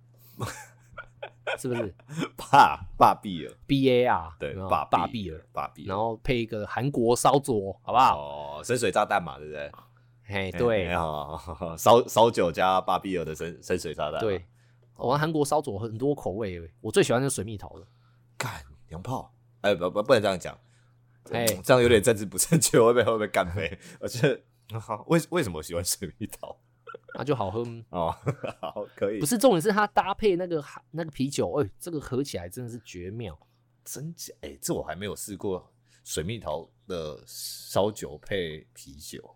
[SPEAKER 2] 是不是
[SPEAKER 1] 爸爸比尔，
[SPEAKER 2] ？B A R，
[SPEAKER 1] 对，爸
[SPEAKER 2] 霸哦霸比尔
[SPEAKER 1] 尔，，爸比尔，
[SPEAKER 2] 然后配一个韩国烧酒，好不好？
[SPEAKER 1] 哦，深水炸弹嘛，对不对？
[SPEAKER 2] 哎、
[SPEAKER 1] 哎
[SPEAKER 2] 对
[SPEAKER 1] 好好好 烧烧酒加巴比尔的深深水炸弹，
[SPEAKER 2] 对，，啊我、哦、韩国烧酒很多口味，我最喜欢就是水蜜桃的。
[SPEAKER 1] 干娘炮，哎，不不不能这样讲，
[SPEAKER 2] 哎
[SPEAKER 1] 嗯这样有点政治不正确，会被会被干飞。 我觉得
[SPEAKER 2] 哦
[SPEAKER 1] 好，为为什么我喜欢水蜜桃？
[SPEAKER 2] 那就好喝。
[SPEAKER 1] 哦， 好，可以，
[SPEAKER 2] 不
[SPEAKER 1] 是
[SPEAKER 2] 是重点是它搭配那个哈那个啤酒，哎、这个合起来真的是绝妙。
[SPEAKER 1] 真假？哎，这我还没有试过水蜜桃的烧酒配啤酒。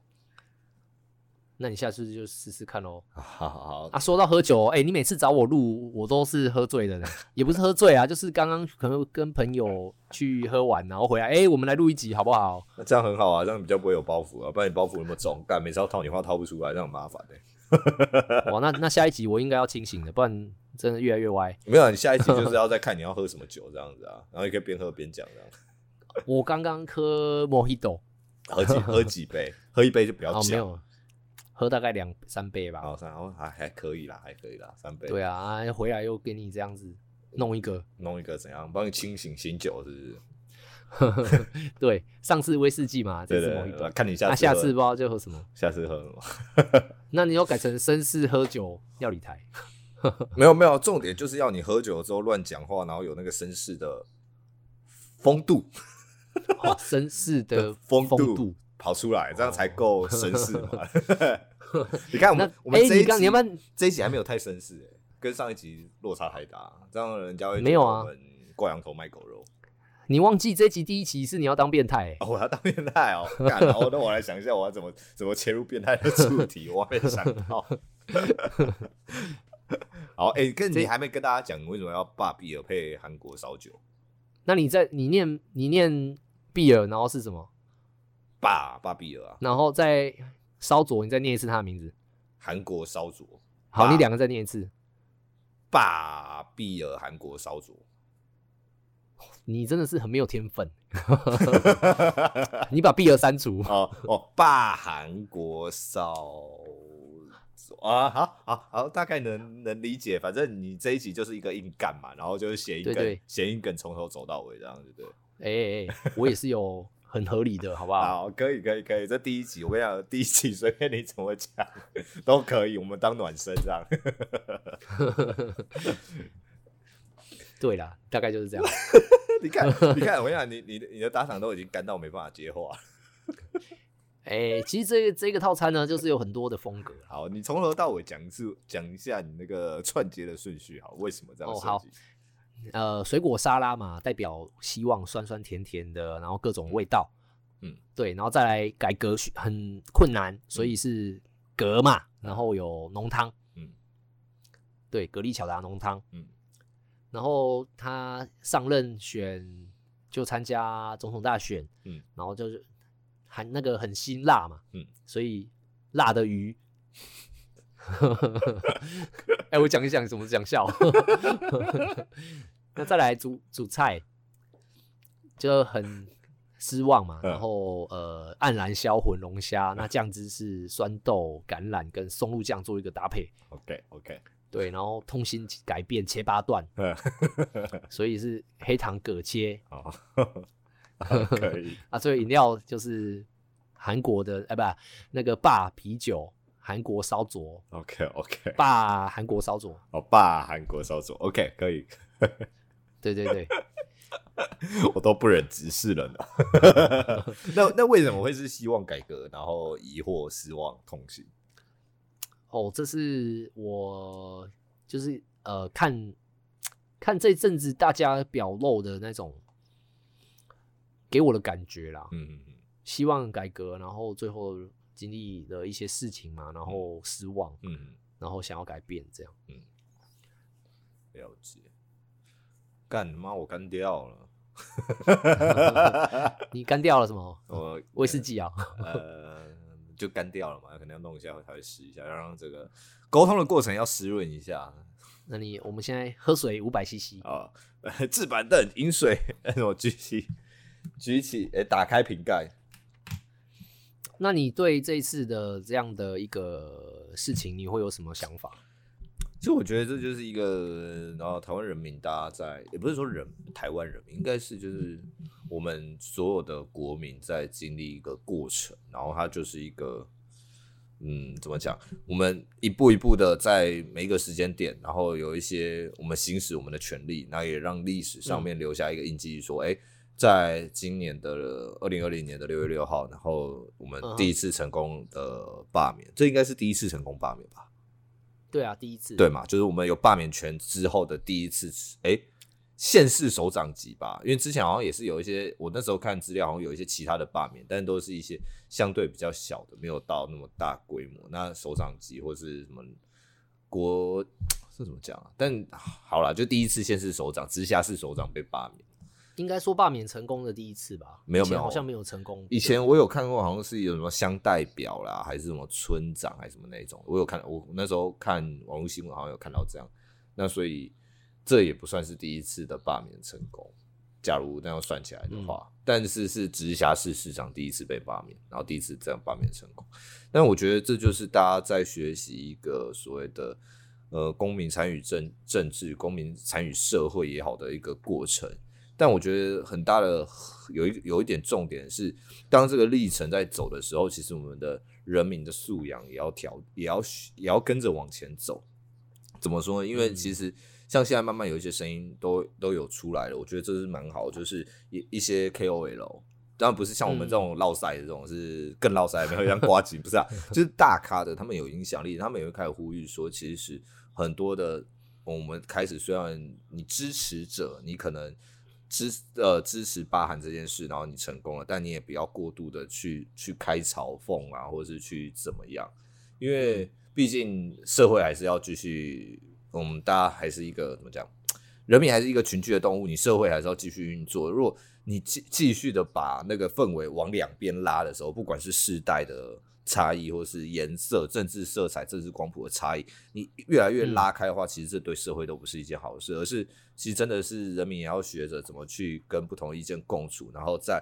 [SPEAKER 2] 那你下次就试试看喽。
[SPEAKER 1] 好好好
[SPEAKER 2] 啊，，说到喝酒，哎、你每次找我录，我都是喝醉的呢， 也不是喝醉啊，就是刚刚可能跟朋友去喝完，然后回来，哎、我们来录一集好不好？
[SPEAKER 1] 那这样很好啊，这样比较不会有包袱啊，不然你包袱那么重，干每次要套你话套不出来，这样很麻烦欸的、
[SPEAKER 2] 哇，哦那那下一集我应该要清醒的，不然真的越来越歪。
[SPEAKER 1] 没有啊，你下一集就是要再看你要喝什么酒这样子啊，然后你可以边喝边讲这样，
[SPEAKER 2] 我刚刚喝 Mojito，
[SPEAKER 1] 喝 几喝几杯，喝一杯就不要
[SPEAKER 2] 哦，没
[SPEAKER 1] 讲。
[SPEAKER 2] 有，喝大概两三杯吧。
[SPEAKER 1] 好，三哦还还可以啦，还可以啦，三杯。
[SPEAKER 2] 对啊，啊回来又给你这样子弄一个。
[SPEAKER 1] 弄一个怎样帮你清醒醒酒，是不是？
[SPEAKER 2] 对，上次威士忌嘛，这
[SPEAKER 1] 对
[SPEAKER 2] 次
[SPEAKER 1] 对
[SPEAKER 2] Mojito
[SPEAKER 1] 对，。看你下
[SPEAKER 2] 那
[SPEAKER 1] 次
[SPEAKER 2] 啊下
[SPEAKER 1] 喝
[SPEAKER 2] 次不知道就喝什么。
[SPEAKER 1] 下次喝什么？
[SPEAKER 2] 那你要改成绅士喝酒料理台，
[SPEAKER 1] 没有没有，重点就是要你喝酒之后乱讲话，然后有那个绅士的风度
[SPEAKER 2] 哦绅士的
[SPEAKER 1] 风
[SPEAKER 2] 度。
[SPEAKER 1] 跑出来，这样才够绅士嘛。 你看我
[SPEAKER 2] 那
[SPEAKER 1] 们我们
[SPEAKER 2] 哎
[SPEAKER 1] 这一
[SPEAKER 2] 你刚你
[SPEAKER 1] 集
[SPEAKER 2] 要不然
[SPEAKER 1] 这一集还没有太绅士、欸，跟上一集落差太大，这样人家会觉得
[SPEAKER 2] 没有啊
[SPEAKER 1] 我们挂羊头卖狗肉。
[SPEAKER 2] 你忘记这集第一集是你要当变态、欸
[SPEAKER 1] 哦，我要当变态哦！干，然后那我来想一下，我要怎么怎么切入变态的主题，我还没想到。好，哎、跟你还没跟大家讲，你为什么要霸比尔配韩国烧酒？
[SPEAKER 2] 那你在你念你念毕尔，然后是什么？
[SPEAKER 1] 霸霸比尔啊，
[SPEAKER 2] 然后再烧灼，你再念一次他的名字。
[SPEAKER 1] 韩国烧酒，
[SPEAKER 2] 好，
[SPEAKER 1] 爸
[SPEAKER 2] 你两个再念一次。
[SPEAKER 1] 霸比尔韩国烧酒。
[SPEAKER 2] 你真的是很没有天分，你把毕尔删除。
[SPEAKER 1] 哦哦，霸韩国烧啊，好好好，大概能能理解。反正你这一集就是一个硬干嘛，然后就是谐音
[SPEAKER 2] 对
[SPEAKER 1] 梗
[SPEAKER 2] 对，
[SPEAKER 1] 谐音梗从头走到尾，这样对不对？
[SPEAKER 2] 哎哎、哎，我也是有很合理的，好不好？
[SPEAKER 1] 好，可以可以可以，这第一集我跟你讲，第一集随便你怎么讲都可以，我们当暖身这样。
[SPEAKER 2] 对啦，大概就是这样。
[SPEAKER 1] 你看你看，我跟你讲，你你的你的打赏都已经干到没办法接话。
[SPEAKER 2] 哎、其实这个这个套餐呢，就是有很多的风格啦。
[SPEAKER 1] 好，你从头到尾讲一次，讲一下你那个串接的顺序，好，为什么这样
[SPEAKER 2] 哦
[SPEAKER 1] 设计？
[SPEAKER 2] 好呃，水果沙拉嘛，代表希望，酸酸甜甜的，然后各种味道。
[SPEAKER 1] 嗯，
[SPEAKER 2] 对，然后再来改革需很困难，所以是革嘛，然后有浓汤，
[SPEAKER 1] 嗯
[SPEAKER 2] 对，蛤蜊巧达浓汤。
[SPEAKER 1] 嗯
[SPEAKER 2] 然后他上任选就参加总统大选，
[SPEAKER 1] 嗯，
[SPEAKER 2] 然后就是含那个很辛辣嘛，
[SPEAKER 1] 嗯，
[SPEAKER 2] 所以辣的 鱼。 哎、我讲一讲怎么讲笑。那再来煮煮菜，就很失望嘛。
[SPEAKER 1] 嗯
[SPEAKER 2] 然后呃，黯然销魂龙虾，那酱汁是酸豆、橄榄跟松露酱做一个搭配。
[SPEAKER 1] ，OK OK，
[SPEAKER 2] 对，然后痛心改变切八段，
[SPEAKER 1] 嗯，
[SPEAKER 2] 所以是黑糖葛切
[SPEAKER 1] 好，可以，
[SPEAKER 2] 啊。所以饮料就是韩国的，哎、不，那个霸啤酒，韩国烧灼，
[SPEAKER 1] OK OK，
[SPEAKER 2] 霸韩国烧灼。
[SPEAKER 1] 我爸韩国烧酒，OK 可以，
[SPEAKER 2] 对对对，
[SPEAKER 1] 我都不忍直视人了。 那那为什么会是希望改革，然后疑惑、失望、痛心？
[SPEAKER 2] 哦，这是我就是呃看看这阵子大家表露的那种给我的感觉啦，
[SPEAKER 1] 嗯，嗯
[SPEAKER 2] 希望改革，然后最后经历了一些事情嘛，然后失望，
[SPEAKER 1] 嗯嗯，
[SPEAKER 2] 然后想要改变这样。
[SPEAKER 1] 了解。干妈，我干掉了。
[SPEAKER 2] 你干掉了什么？
[SPEAKER 1] 我
[SPEAKER 2] 威士忌啊？
[SPEAKER 1] 呃，就干掉了嘛，可能要弄一下才会试一下，要让这个沟通的过程要湿润一下
[SPEAKER 2] 那你我们现在喝水五百 CC，
[SPEAKER 1] 啊。呃置板凳、饮水， 那种举起举起，哎、打开瓶盖，
[SPEAKER 2] 那你对这一次的这样的一个事情，你会有什么想法？
[SPEAKER 1] 其实我觉得这就是一个，然后台湾人民大家在，也不是说人台湾人民，应该是就是我们所有的国民在经历一个过程，然后它就是一个，嗯，怎么讲？我们一步一步的在每一个时间点，然后有一些我们行使我们的权利，那也让历史
[SPEAKER 2] 嗯
[SPEAKER 1] 上面留下一个印记，说，哎、在今年的二零二零年的六月六号，然后我们
[SPEAKER 2] 嗯哼
[SPEAKER 1] 第一次成功的罢免，这应该是第一次成功罢免吧？
[SPEAKER 2] 对啊，第一次，
[SPEAKER 1] 对嘛，就是我们有罢免权之后的第一次，哎、县市首长级吧，因为之前好像也是有一些，我那时候看资料好像有一些其他的罢免，但都是一些相对比较小的，没有到那么大规模。那首长级或是什么国这怎么讲啊？但好啦，就第一次县市首长、直辖市首长被罢免。
[SPEAKER 2] 应该说罢免成功的第一次吧？
[SPEAKER 1] 没有
[SPEAKER 2] 以前
[SPEAKER 1] 没有
[SPEAKER 2] 好像没有成功。
[SPEAKER 1] 以前我有看过，好像是有什么乡代表啦，还是什么村长，还是什么那种。我有看，我那时候看网络新闻，好像有看到这样。那所以这也不算是第一次的罢免成功，假如那样算起来的话，但是是直辖市市长第一次被罢免，然后第一次这样罢免成功。但我觉得这就是大家在学习一个所谓的呃公民参与政政治、公民参与社会也好的一个过程。但我觉得很大的有一有一点重点是，当这个历程在走的时候，其实我们的人民的素养也要调，也要也要跟着往前走。怎么说呢？因为其实像现在慢慢有一些声音都都有出来了，我觉得这是蛮好，就是一一些 KOL。当然不是像我们这种绕塞的这种，是更绕塞，没有像瓜吉，不是啊，就是大咖的，他们有影响力，他们也会开始呼吁说，其实很多的我们开始，虽然你支持者，你可能支呃支持巴韩这件事，然后你成功了，但你也不要过度的去去开嘲讽啊，或者是去怎么样，因为毕竟社会还是要继续，我们大家还是一个怎么讲，人民还是一个群居的动物，你社会还是要继续运作。如果你继继续的把那个氛围往两边拉的时候，不管是世代的差异，或是颜色、政治色彩、政治光谱的差异，你越来越拉开的话，其实这对社会都不是一件好事，而是其实真的是人民也要学着怎么去跟不同意见共处，然后在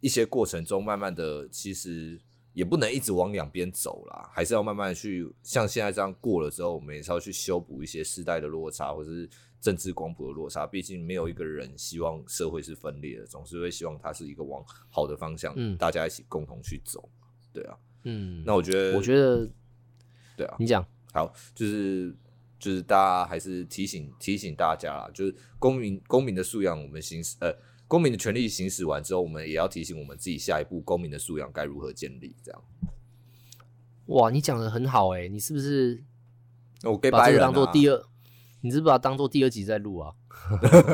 [SPEAKER 1] 一些过程中，慢慢的其实。也不能一直往两边走啦，还是要慢慢地去像现在这样过了之后，我们也是要去修补一些世代的落差，或者是政治光谱的落差。毕竟没有一个人希望社会是分裂的，总是会希望它是一个往好的方向，
[SPEAKER 2] 嗯
[SPEAKER 1] 大家一起共同去走。对啊，
[SPEAKER 2] 嗯，
[SPEAKER 1] 那我呃觉得，
[SPEAKER 2] 我觉得
[SPEAKER 1] 对啊，
[SPEAKER 2] 你讲，
[SPEAKER 1] 好，就是就是大家还是提醒提醒大家啦，就是公民公民的素养，我们行使呃公民的权利行使完之后，我们也要提醒我们自己下一步公民的素养该如何建立。这样，
[SPEAKER 2] 哇，你讲的很好哎、你是不是
[SPEAKER 1] 我给
[SPEAKER 2] 把
[SPEAKER 1] 白
[SPEAKER 2] 这
[SPEAKER 1] 人
[SPEAKER 2] 个当做
[SPEAKER 1] 啊
[SPEAKER 2] 第二？你是不是把它当做第二集在录啊？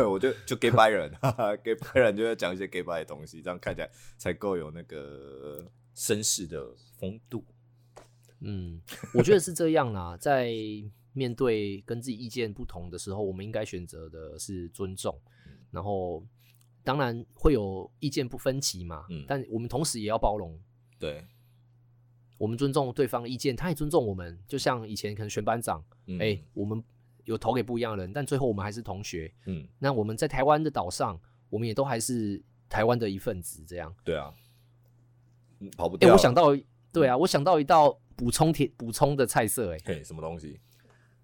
[SPEAKER 1] 我就就 gay 白人， 哈哈，gay 白人就会讲一些 gay 白的东西，这样看起来才够有那个绅士的风度。
[SPEAKER 2] 嗯，我觉得是这样啦，在面对跟自己意见不同的时候，我们应该选择的是尊重，然后当然会有意见不分歧嘛，
[SPEAKER 1] 嗯
[SPEAKER 2] 但我们同时也要包容，
[SPEAKER 1] 对，
[SPEAKER 2] 我们尊重对方的意见，他也尊重我们。就像以前可能选班长，
[SPEAKER 1] 嗯，
[SPEAKER 2] 哎、我们有投给不一样的人，但最后我们还是同学。
[SPEAKER 1] 嗯，
[SPEAKER 2] 那我们在台湾的岛上，我们也都还是台湾的一份子，这样。
[SPEAKER 1] 对啊，嗯跑不
[SPEAKER 2] 哎、
[SPEAKER 1] 掉啊。嗯
[SPEAKER 2] 我想到，对啊，我想到一道补充铁补充的菜色、哎，
[SPEAKER 1] 嘿，什么东西？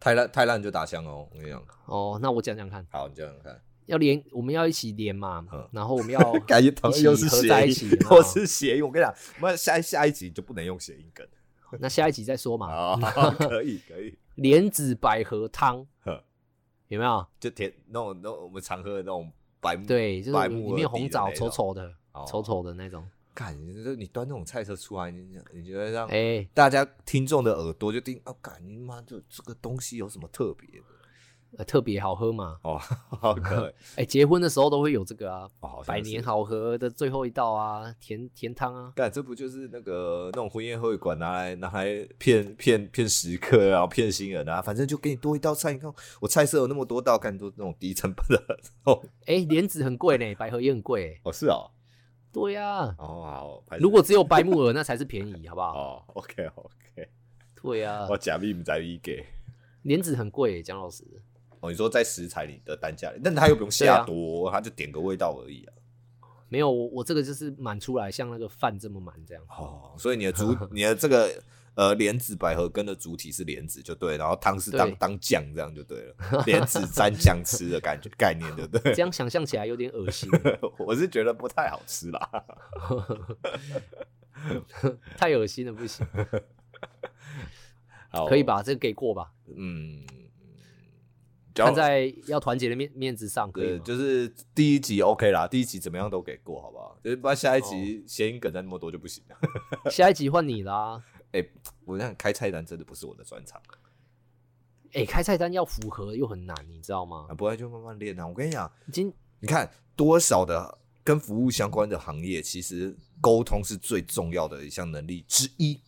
[SPEAKER 1] 太烂太烂就打枪哦！我跟你讲，
[SPEAKER 2] 哦，那我讲讲看。
[SPEAKER 1] 好，你这样看，
[SPEAKER 2] 要连，我们要一起连嘛
[SPEAKER 1] 嗯，
[SPEAKER 2] 然后我们要
[SPEAKER 1] 感觉
[SPEAKER 2] 一起
[SPEAKER 1] 又是
[SPEAKER 2] 合在
[SPEAKER 1] 谐
[SPEAKER 2] 一
[SPEAKER 1] 音
[SPEAKER 2] 起，
[SPEAKER 1] 又
[SPEAKER 2] 哦
[SPEAKER 1] 是谐 音。我跟你讲，我们下下一集就不能用谐音梗
[SPEAKER 2] 那下一集再说嘛。
[SPEAKER 1] 啊， 可以可以，
[SPEAKER 2] 莲子百合汤
[SPEAKER 1] 呵
[SPEAKER 2] 有没有？
[SPEAKER 1] 就甜那种那种我们常喝的那种白木
[SPEAKER 2] 对，就是
[SPEAKER 1] 白
[SPEAKER 2] 有
[SPEAKER 1] 木
[SPEAKER 2] 里面
[SPEAKER 1] 耳底
[SPEAKER 2] 有红
[SPEAKER 1] 的
[SPEAKER 2] 枣
[SPEAKER 1] 那
[SPEAKER 2] 稠
[SPEAKER 1] 种
[SPEAKER 2] 稠的、
[SPEAKER 1] 哦
[SPEAKER 2] 稠稠的那种。
[SPEAKER 1] 看，你这你端那种菜色出来，你你觉得让
[SPEAKER 2] 哎、
[SPEAKER 1] 大家听众的耳朵就听啊，干你妈就这个东西有什么特别的
[SPEAKER 2] 呃特别好喝嘛。
[SPEAKER 1] 哦？ 好可以，
[SPEAKER 2] 哎、结婚的时候都会有这个啊，
[SPEAKER 1] 哦好像
[SPEAKER 2] 百年
[SPEAKER 1] 是
[SPEAKER 2] 好合的最后一道啊，甜甜汤啊。
[SPEAKER 1] 干这不就是那个那种婚宴会馆拿来拿来骗骗骗食客，然后骗新人啊？ 反正就给你多一道菜，你看我菜色有那么多道，干都那种低成本的 哦
[SPEAKER 2] 哎、莲子很贵呢，百合也很贵欸。
[SPEAKER 1] 哦是哦
[SPEAKER 2] 对呀、啊，
[SPEAKER 1] 哦好，反正
[SPEAKER 2] 如果只有白木耳，那才是便宜，好不好？
[SPEAKER 1] 哦 OK OK，
[SPEAKER 2] 对呀、啊
[SPEAKER 1] 我，假币不在一给
[SPEAKER 2] 莲子很贵欸，蒋老师。
[SPEAKER 1] 哦，你说在食材里的单价里，但他又不用
[SPEAKER 2] 对
[SPEAKER 1] 下
[SPEAKER 2] 啊
[SPEAKER 1] 多，他就点个味道而已啊。
[SPEAKER 2] 没有，我我这个就是满出来，像那个饭这么满 这样。
[SPEAKER 1] 哦，所以你的 主你的这个呃莲子百合根的主体是莲子就对，然后汤是当
[SPEAKER 2] 对
[SPEAKER 1] 当酱这样就对了，莲子沾酱吃的 感觉概念就对
[SPEAKER 2] 这。样想象起来有点恶心，
[SPEAKER 1] 我是觉得不太好吃 啦。
[SPEAKER 2] 太恶心了，不行，
[SPEAKER 1] 好，
[SPEAKER 2] 可以？把这个给过吧？
[SPEAKER 1] 嗯，
[SPEAKER 2] 看
[SPEAKER 1] 讲
[SPEAKER 2] 在要团结的面面子上，可以
[SPEAKER 1] 对，
[SPEAKER 2] 吗？
[SPEAKER 1] 呃就是第一集 OK 啦，第一集怎么样都给过，好不好？就是不然下一
[SPEAKER 2] 哦
[SPEAKER 1] 集谐音梗再那么多就不行了。
[SPEAKER 2] 下一集换你啦。
[SPEAKER 1] 我想开菜单真的不是我的专长
[SPEAKER 2] 哦哎、开菜单要符合又很难，你知道吗
[SPEAKER 1] 啊，？不然就慢慢练啊。我跟你讲，
[SPEAKER 2] 今
[SPEAKER 1] 你看多少的跟服务相关的行业，其实沟通是最重要的一项能力之一。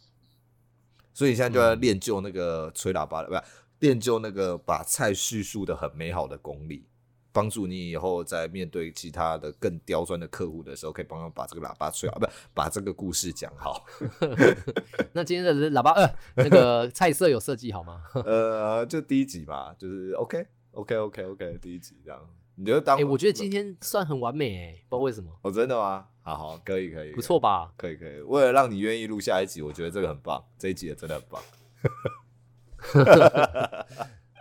[SPEAKER 1] 所以你现在就
[SPEAKER 2] 嗯
[SPEAKER 1] 要练就那个吹喇叭的，不、是练就那个把菜叙述的很美好的功力，帮助你以后在面对其他的更刁钻的客户的时候，可以帮他把这个喇叭吹好，不是把这个故事讲 好。
[SPEAKER 2] 那今天的喇叭呃，那个菜色有设计好 吗？
[SPEAKER 1] 呃，就第一集嘛，就是 OK OK OK OK 第一集这样，你就当
[SPEAKER 2] 哎、我觉得今天算很完美哎、不知道为什么，
[SPEAKER 1] 哦真的吗？好好，可以可以，
[SPEAKER 2] 不错吧？
[SPEAKER 1] 可以可以，为了让你愿意录下一集，我觉得这个很棒，这一集也真的很棒。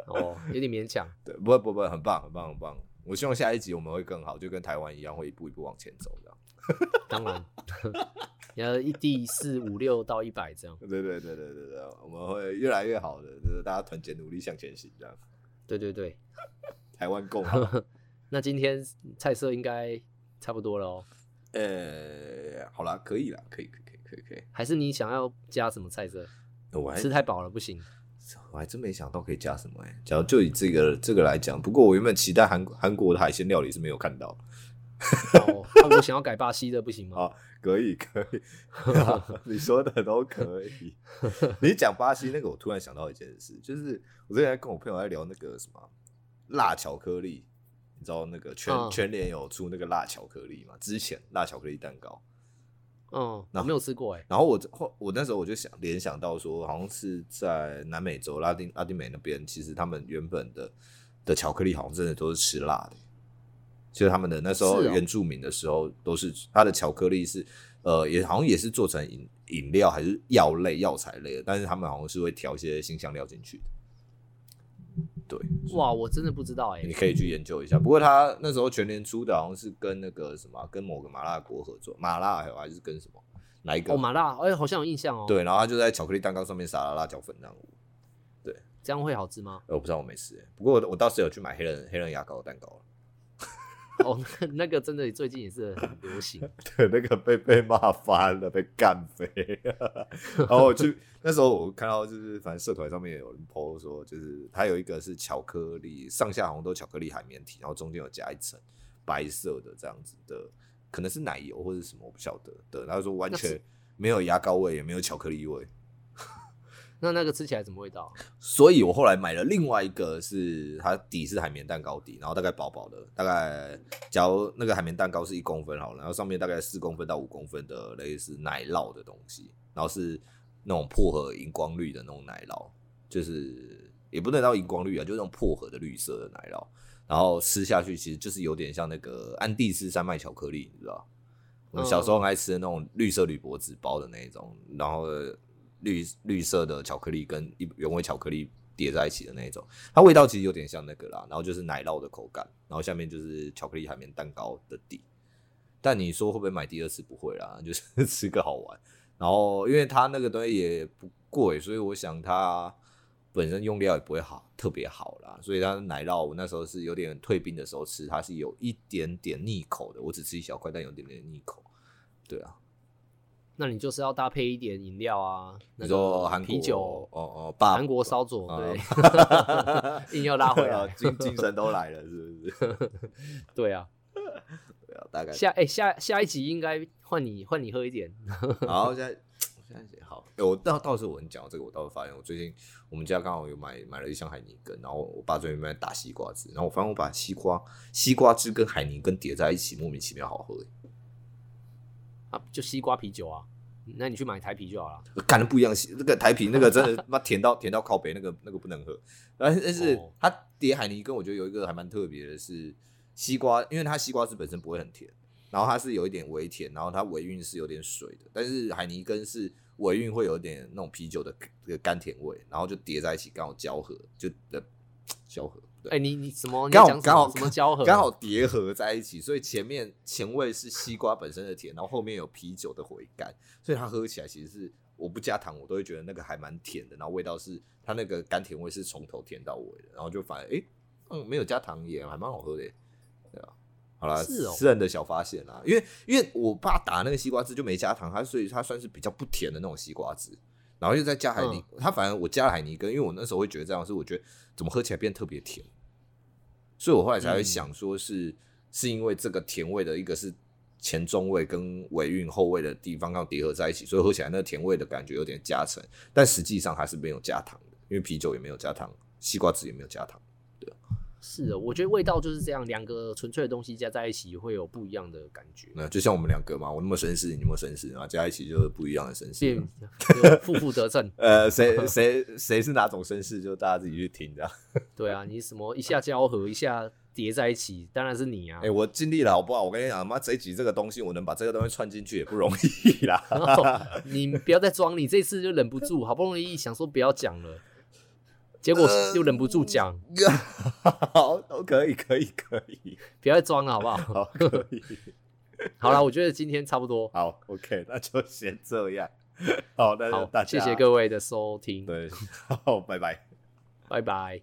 [SPEAKER 2] 哦，有点勉强。
[SPEAKER 1] 对，不不不，很棒很棒很棒。我希望 下一集我们会更好，就跟台湾一样，会一步一步往前走这样。
[SPEAKER 2] 当然，然后一第四五六到一百这样。
[SPEAKER 1] 对对对对对对，我们会越来越好的，就是大家团结努力向前行，这样
[SPEAKER 2] 对对对，
[SPEAKER 1] 台湾共好。
[SPEAKER 2] 那今天菜色应该差不多了哦，
[SPEAKER 1] 呃，好啦，可以啦，可以可以可以可以可以。
[SPEAKER 2] 还是你想要加什么菜色？
[SPEAKER 1] 我还
[SPEAKER 2] 吃太饱了不 行。
[SPEAKER 1] 我还真没想到可以加什么哎、欸。假如就以这个这个来讲，不过我原本期待韩韩国的海鲜料理是没有看到。
[SPEAKER 2] 哦，那我想要改巴西的不行吗？
[SPEAKER 1] 好，可以可以，你说的都可以。你讲巴西那个，我突然想到一件事，就是我之前在跟我朋友在聊那个什么辣巧克力，你知道那个全、
[SPEAKER 2] 嗯
[SPEAKER 1] 全联有出那个辣巧克力嘛？之前辣巧克力蛋糕，
[SPEAKER 2] 嗯，
[SPEAKER 1] 那
[SPEAKER 2] 我没有吃过哎、
[SPEAKER 1] 然后我后我那时候我就想联想到说，好像是在南美洲拉丁拉丁美那边，其实他们原本的的巧克力好像真的都是吃辣的。其实他们的那时候
[SPEAKER 2] 是哦
[SPEAKER 1] 原住民的时候，都是它的巧克力是呃也好像也是做成饮饮料还是药类药材类的，但是他们好像是会调一些新香料进去的。对，
[SPEAKER 2] 哇，我真的不知道哎、
[SPEAKER 1] 你可以去研究一下。不过他那时候全年出的好像是跟那个什么，跟某个麻辣锅合作，麻辣还有还是跟什么哪一个？
[SPEAKER 2] 哦，麻辣，哎、好像有印象哦。，
[SPEAKER 1] 对，然后他就在巧克力蛋糕上面撒了辣椒粉这样。
[SPEAKER 2] 这样会好吃吗？
[SPEAKER 1] 呃，我不知道我没吃欸，不过我我倒是有去买黑人黑人牙膏的蛋糕了。
[SPEAKER 2] 哦， 那那个真的最近也是很流行。
[SPEAKER 1] 对，那个被被骂翻了，被干飞。 然后我去那时候我看到就是反正社团上面有人 PO 说，就是它有一个是巧克力，上下红豆巧克力海绵体，然后中间有加一层白色的这样子的，可能是奶油或者是什么，我不晓得的。他说完
[SPEAKER 2] 那是
[SPEAKER 1] 全没有牙膏味，也没有巧克力味。
[SPEAKER 2] 那那个吃起来什么味道？
[SPEAKER 1] 所以我后来买了另外一个是它底是海绵蛋糕底，然后大概薄薄的，大概假如那个海绵蛋糕是一公分好了，然后上面大概四公分到五公分的类似奶酪的东西，然后是那种薄荷荧光绿的那种奶酪，就是也不能到荧光绿啊，就是那种薄荷的绿色的奶酪，然后吃下去其实就是有点像那个安第斯山脉巧克力，你知道？我们小时候很爱吃的那种绿色铝箔纸包的那一种，然后绿绿色的巧克力跟一原味巧克力叠在一起的那一种，它味道其实有点像那个啦，然后就是奶酪的口感，然后下面就是巧克力海绵蛋糕的底。但你说会不会买第二次？不会啦，就是 吃个好玩。然后因为它那个东西也不贵，所以我想它本身用料也不会好特别好啦，所以它的奶酪我那时候是有点退冰的时候吃，它是有一点点腻口的，我只吃一小块，但有点点腻口。对啊，
[SPEAKER 2] 那你就是要搭配一点饮料啊，那
[SPEAKER 1] 你
[SPEAKER 2] 个
[SPEAKER 1] 说韩国
[SPEAKER 2] 啤酒，
[SPEAKER 1] 哦哦，爸
[SPEAKER 2] 韩国烧 酒，对，
[SPEAKER 1] 啊，
[SPEAKER 2] 硬要拉回来
[SPEAKER 1] 精精神都来了，是不是？
[SPEAKER 2] 对啊。
[SPEAKER 1] 对啊，大概。
[SPEAKER 2] 下哎、下下一集应该换你换你喝一点，
[SPEAKER 1] 然后现在现在也好，欸我到到时候我跟你讲到这个，我倒是发现我最近我们家刚好有买买了一箱海尼根，然后我爸最近在打西瓜汁，然后我发现我把西瓜西瓜汁跟海尼根叠在一起，莫名其妙好喝、欸，
[SPEAKER 2] 啊，就西瓜啤酒啊。那你去买台啤就好了。
[SPEAKER 1] 感觉不一样。那个台啤那个真的他妈甜到甜到靠北，那个那个不能喝。但是但是
[SPEAKER 2] 哦
[SPEAKER 1] 它叠海尼根，我觉得有一个还蛮特别的是西瓜，因为它西瓜汁本身不会很甜，然后它是有一点微甜，然后它尾韵是有点水的，但是海尼根是尾韵会有点那种啤酒的这个甘甜味，然后就叠在一起刚好交合，就呃交合对。
[SPEAKER 2] 哎、你你什么？你
[SPEAKER 1] 刚
[SPEAKER 2] 要
[SPEAKER 1] 好
[SPEAKER 2] 讲什
[SPEAKER 1] 刚好
[SPEAKER 2] 么什么交合？啊
[SPEAKER 1] 刚好叠合在一起，所以前面前味是西瓜本身的甜，然后后面有啤酒的回甘，所以它喝起来其实是我不加糖，我都会觉得那个还蛮甜的，然后味道是它那个甘甜味是从头甜到尾的，然后就反而诶，嗯，没有加糖也还蛮好喝的耶，对啊。好啦，
[SPEAKER 2] 是哦
[SPEAKER 1] 私人的小发现啦，因为因为我爸打那个西瓜汁就没加糖，它所以它算是比较不甜的那种西瓜汁，然后又再加海
[SPEAKER 2] 嗯
[SPEAKER 1] 尼，它反正我加了海尼根，因为我那时候会觉得这样是我觉得怎么喝起来变特别甜，所以我后来才会想说是、是因为这个甜味的一个是前中味跟尾韵后味的地方刚好叠合在一起，所以喝起来那个甜味的感觉有点加成，但实际上还是没有加糖的，因为啤酒也没有加糖，西瓜汁也没有加糖。
[SPEAKER 2] 是的，我觉得味道就是这样，两个纯粹的东西加在一起会有不一样的感觉，
[SPEAKER 1] 那就像我们两个嘛，我那么绅士，你那么绅士，然后加一起就是不一样的绅士
[SPEAKER 2] 变
[SPEAKER 1] 了。。
[SPEAKER 2] 就负负得正
[SPEAKER 1] 呃，谁谁谁是哪种绅士，就大家自己去听这样。
[SPEAKER 2] 对啊，你什么一下交合，一下叠在一起，当然是你啊
[SPEAKER 1] 哎、。我尽力了，好不好？我跟你讲，妈，这一集这个东西，我能把这个东西串进去也不容易啦。
[SPEAKER 2] 你不要再装，你这次就忍不住，好不容易想说不要讲了，结果
[SPEAKER 1] 呃
[SPEAKER 2] 又忍不住讲，
[SPEAKER 1] 好，都可以，可以，可以，
[SPEAKER 2] 不要再装了，好不好？
[SPEAKER 1] 好，可以。
[SPEAKER 2] 好了，我觉得今天差不多。
[SPEAKER 1] 好，OK，那就先这样。 好，那就
[SPEAKER 2] 好
[SPEAKER 1] 大，家
[SPEAKER 2] 谢谢各位的收听，
[SPEAKER 1] 对，好，拜拜。
[SPEAKER 2] 拜拜。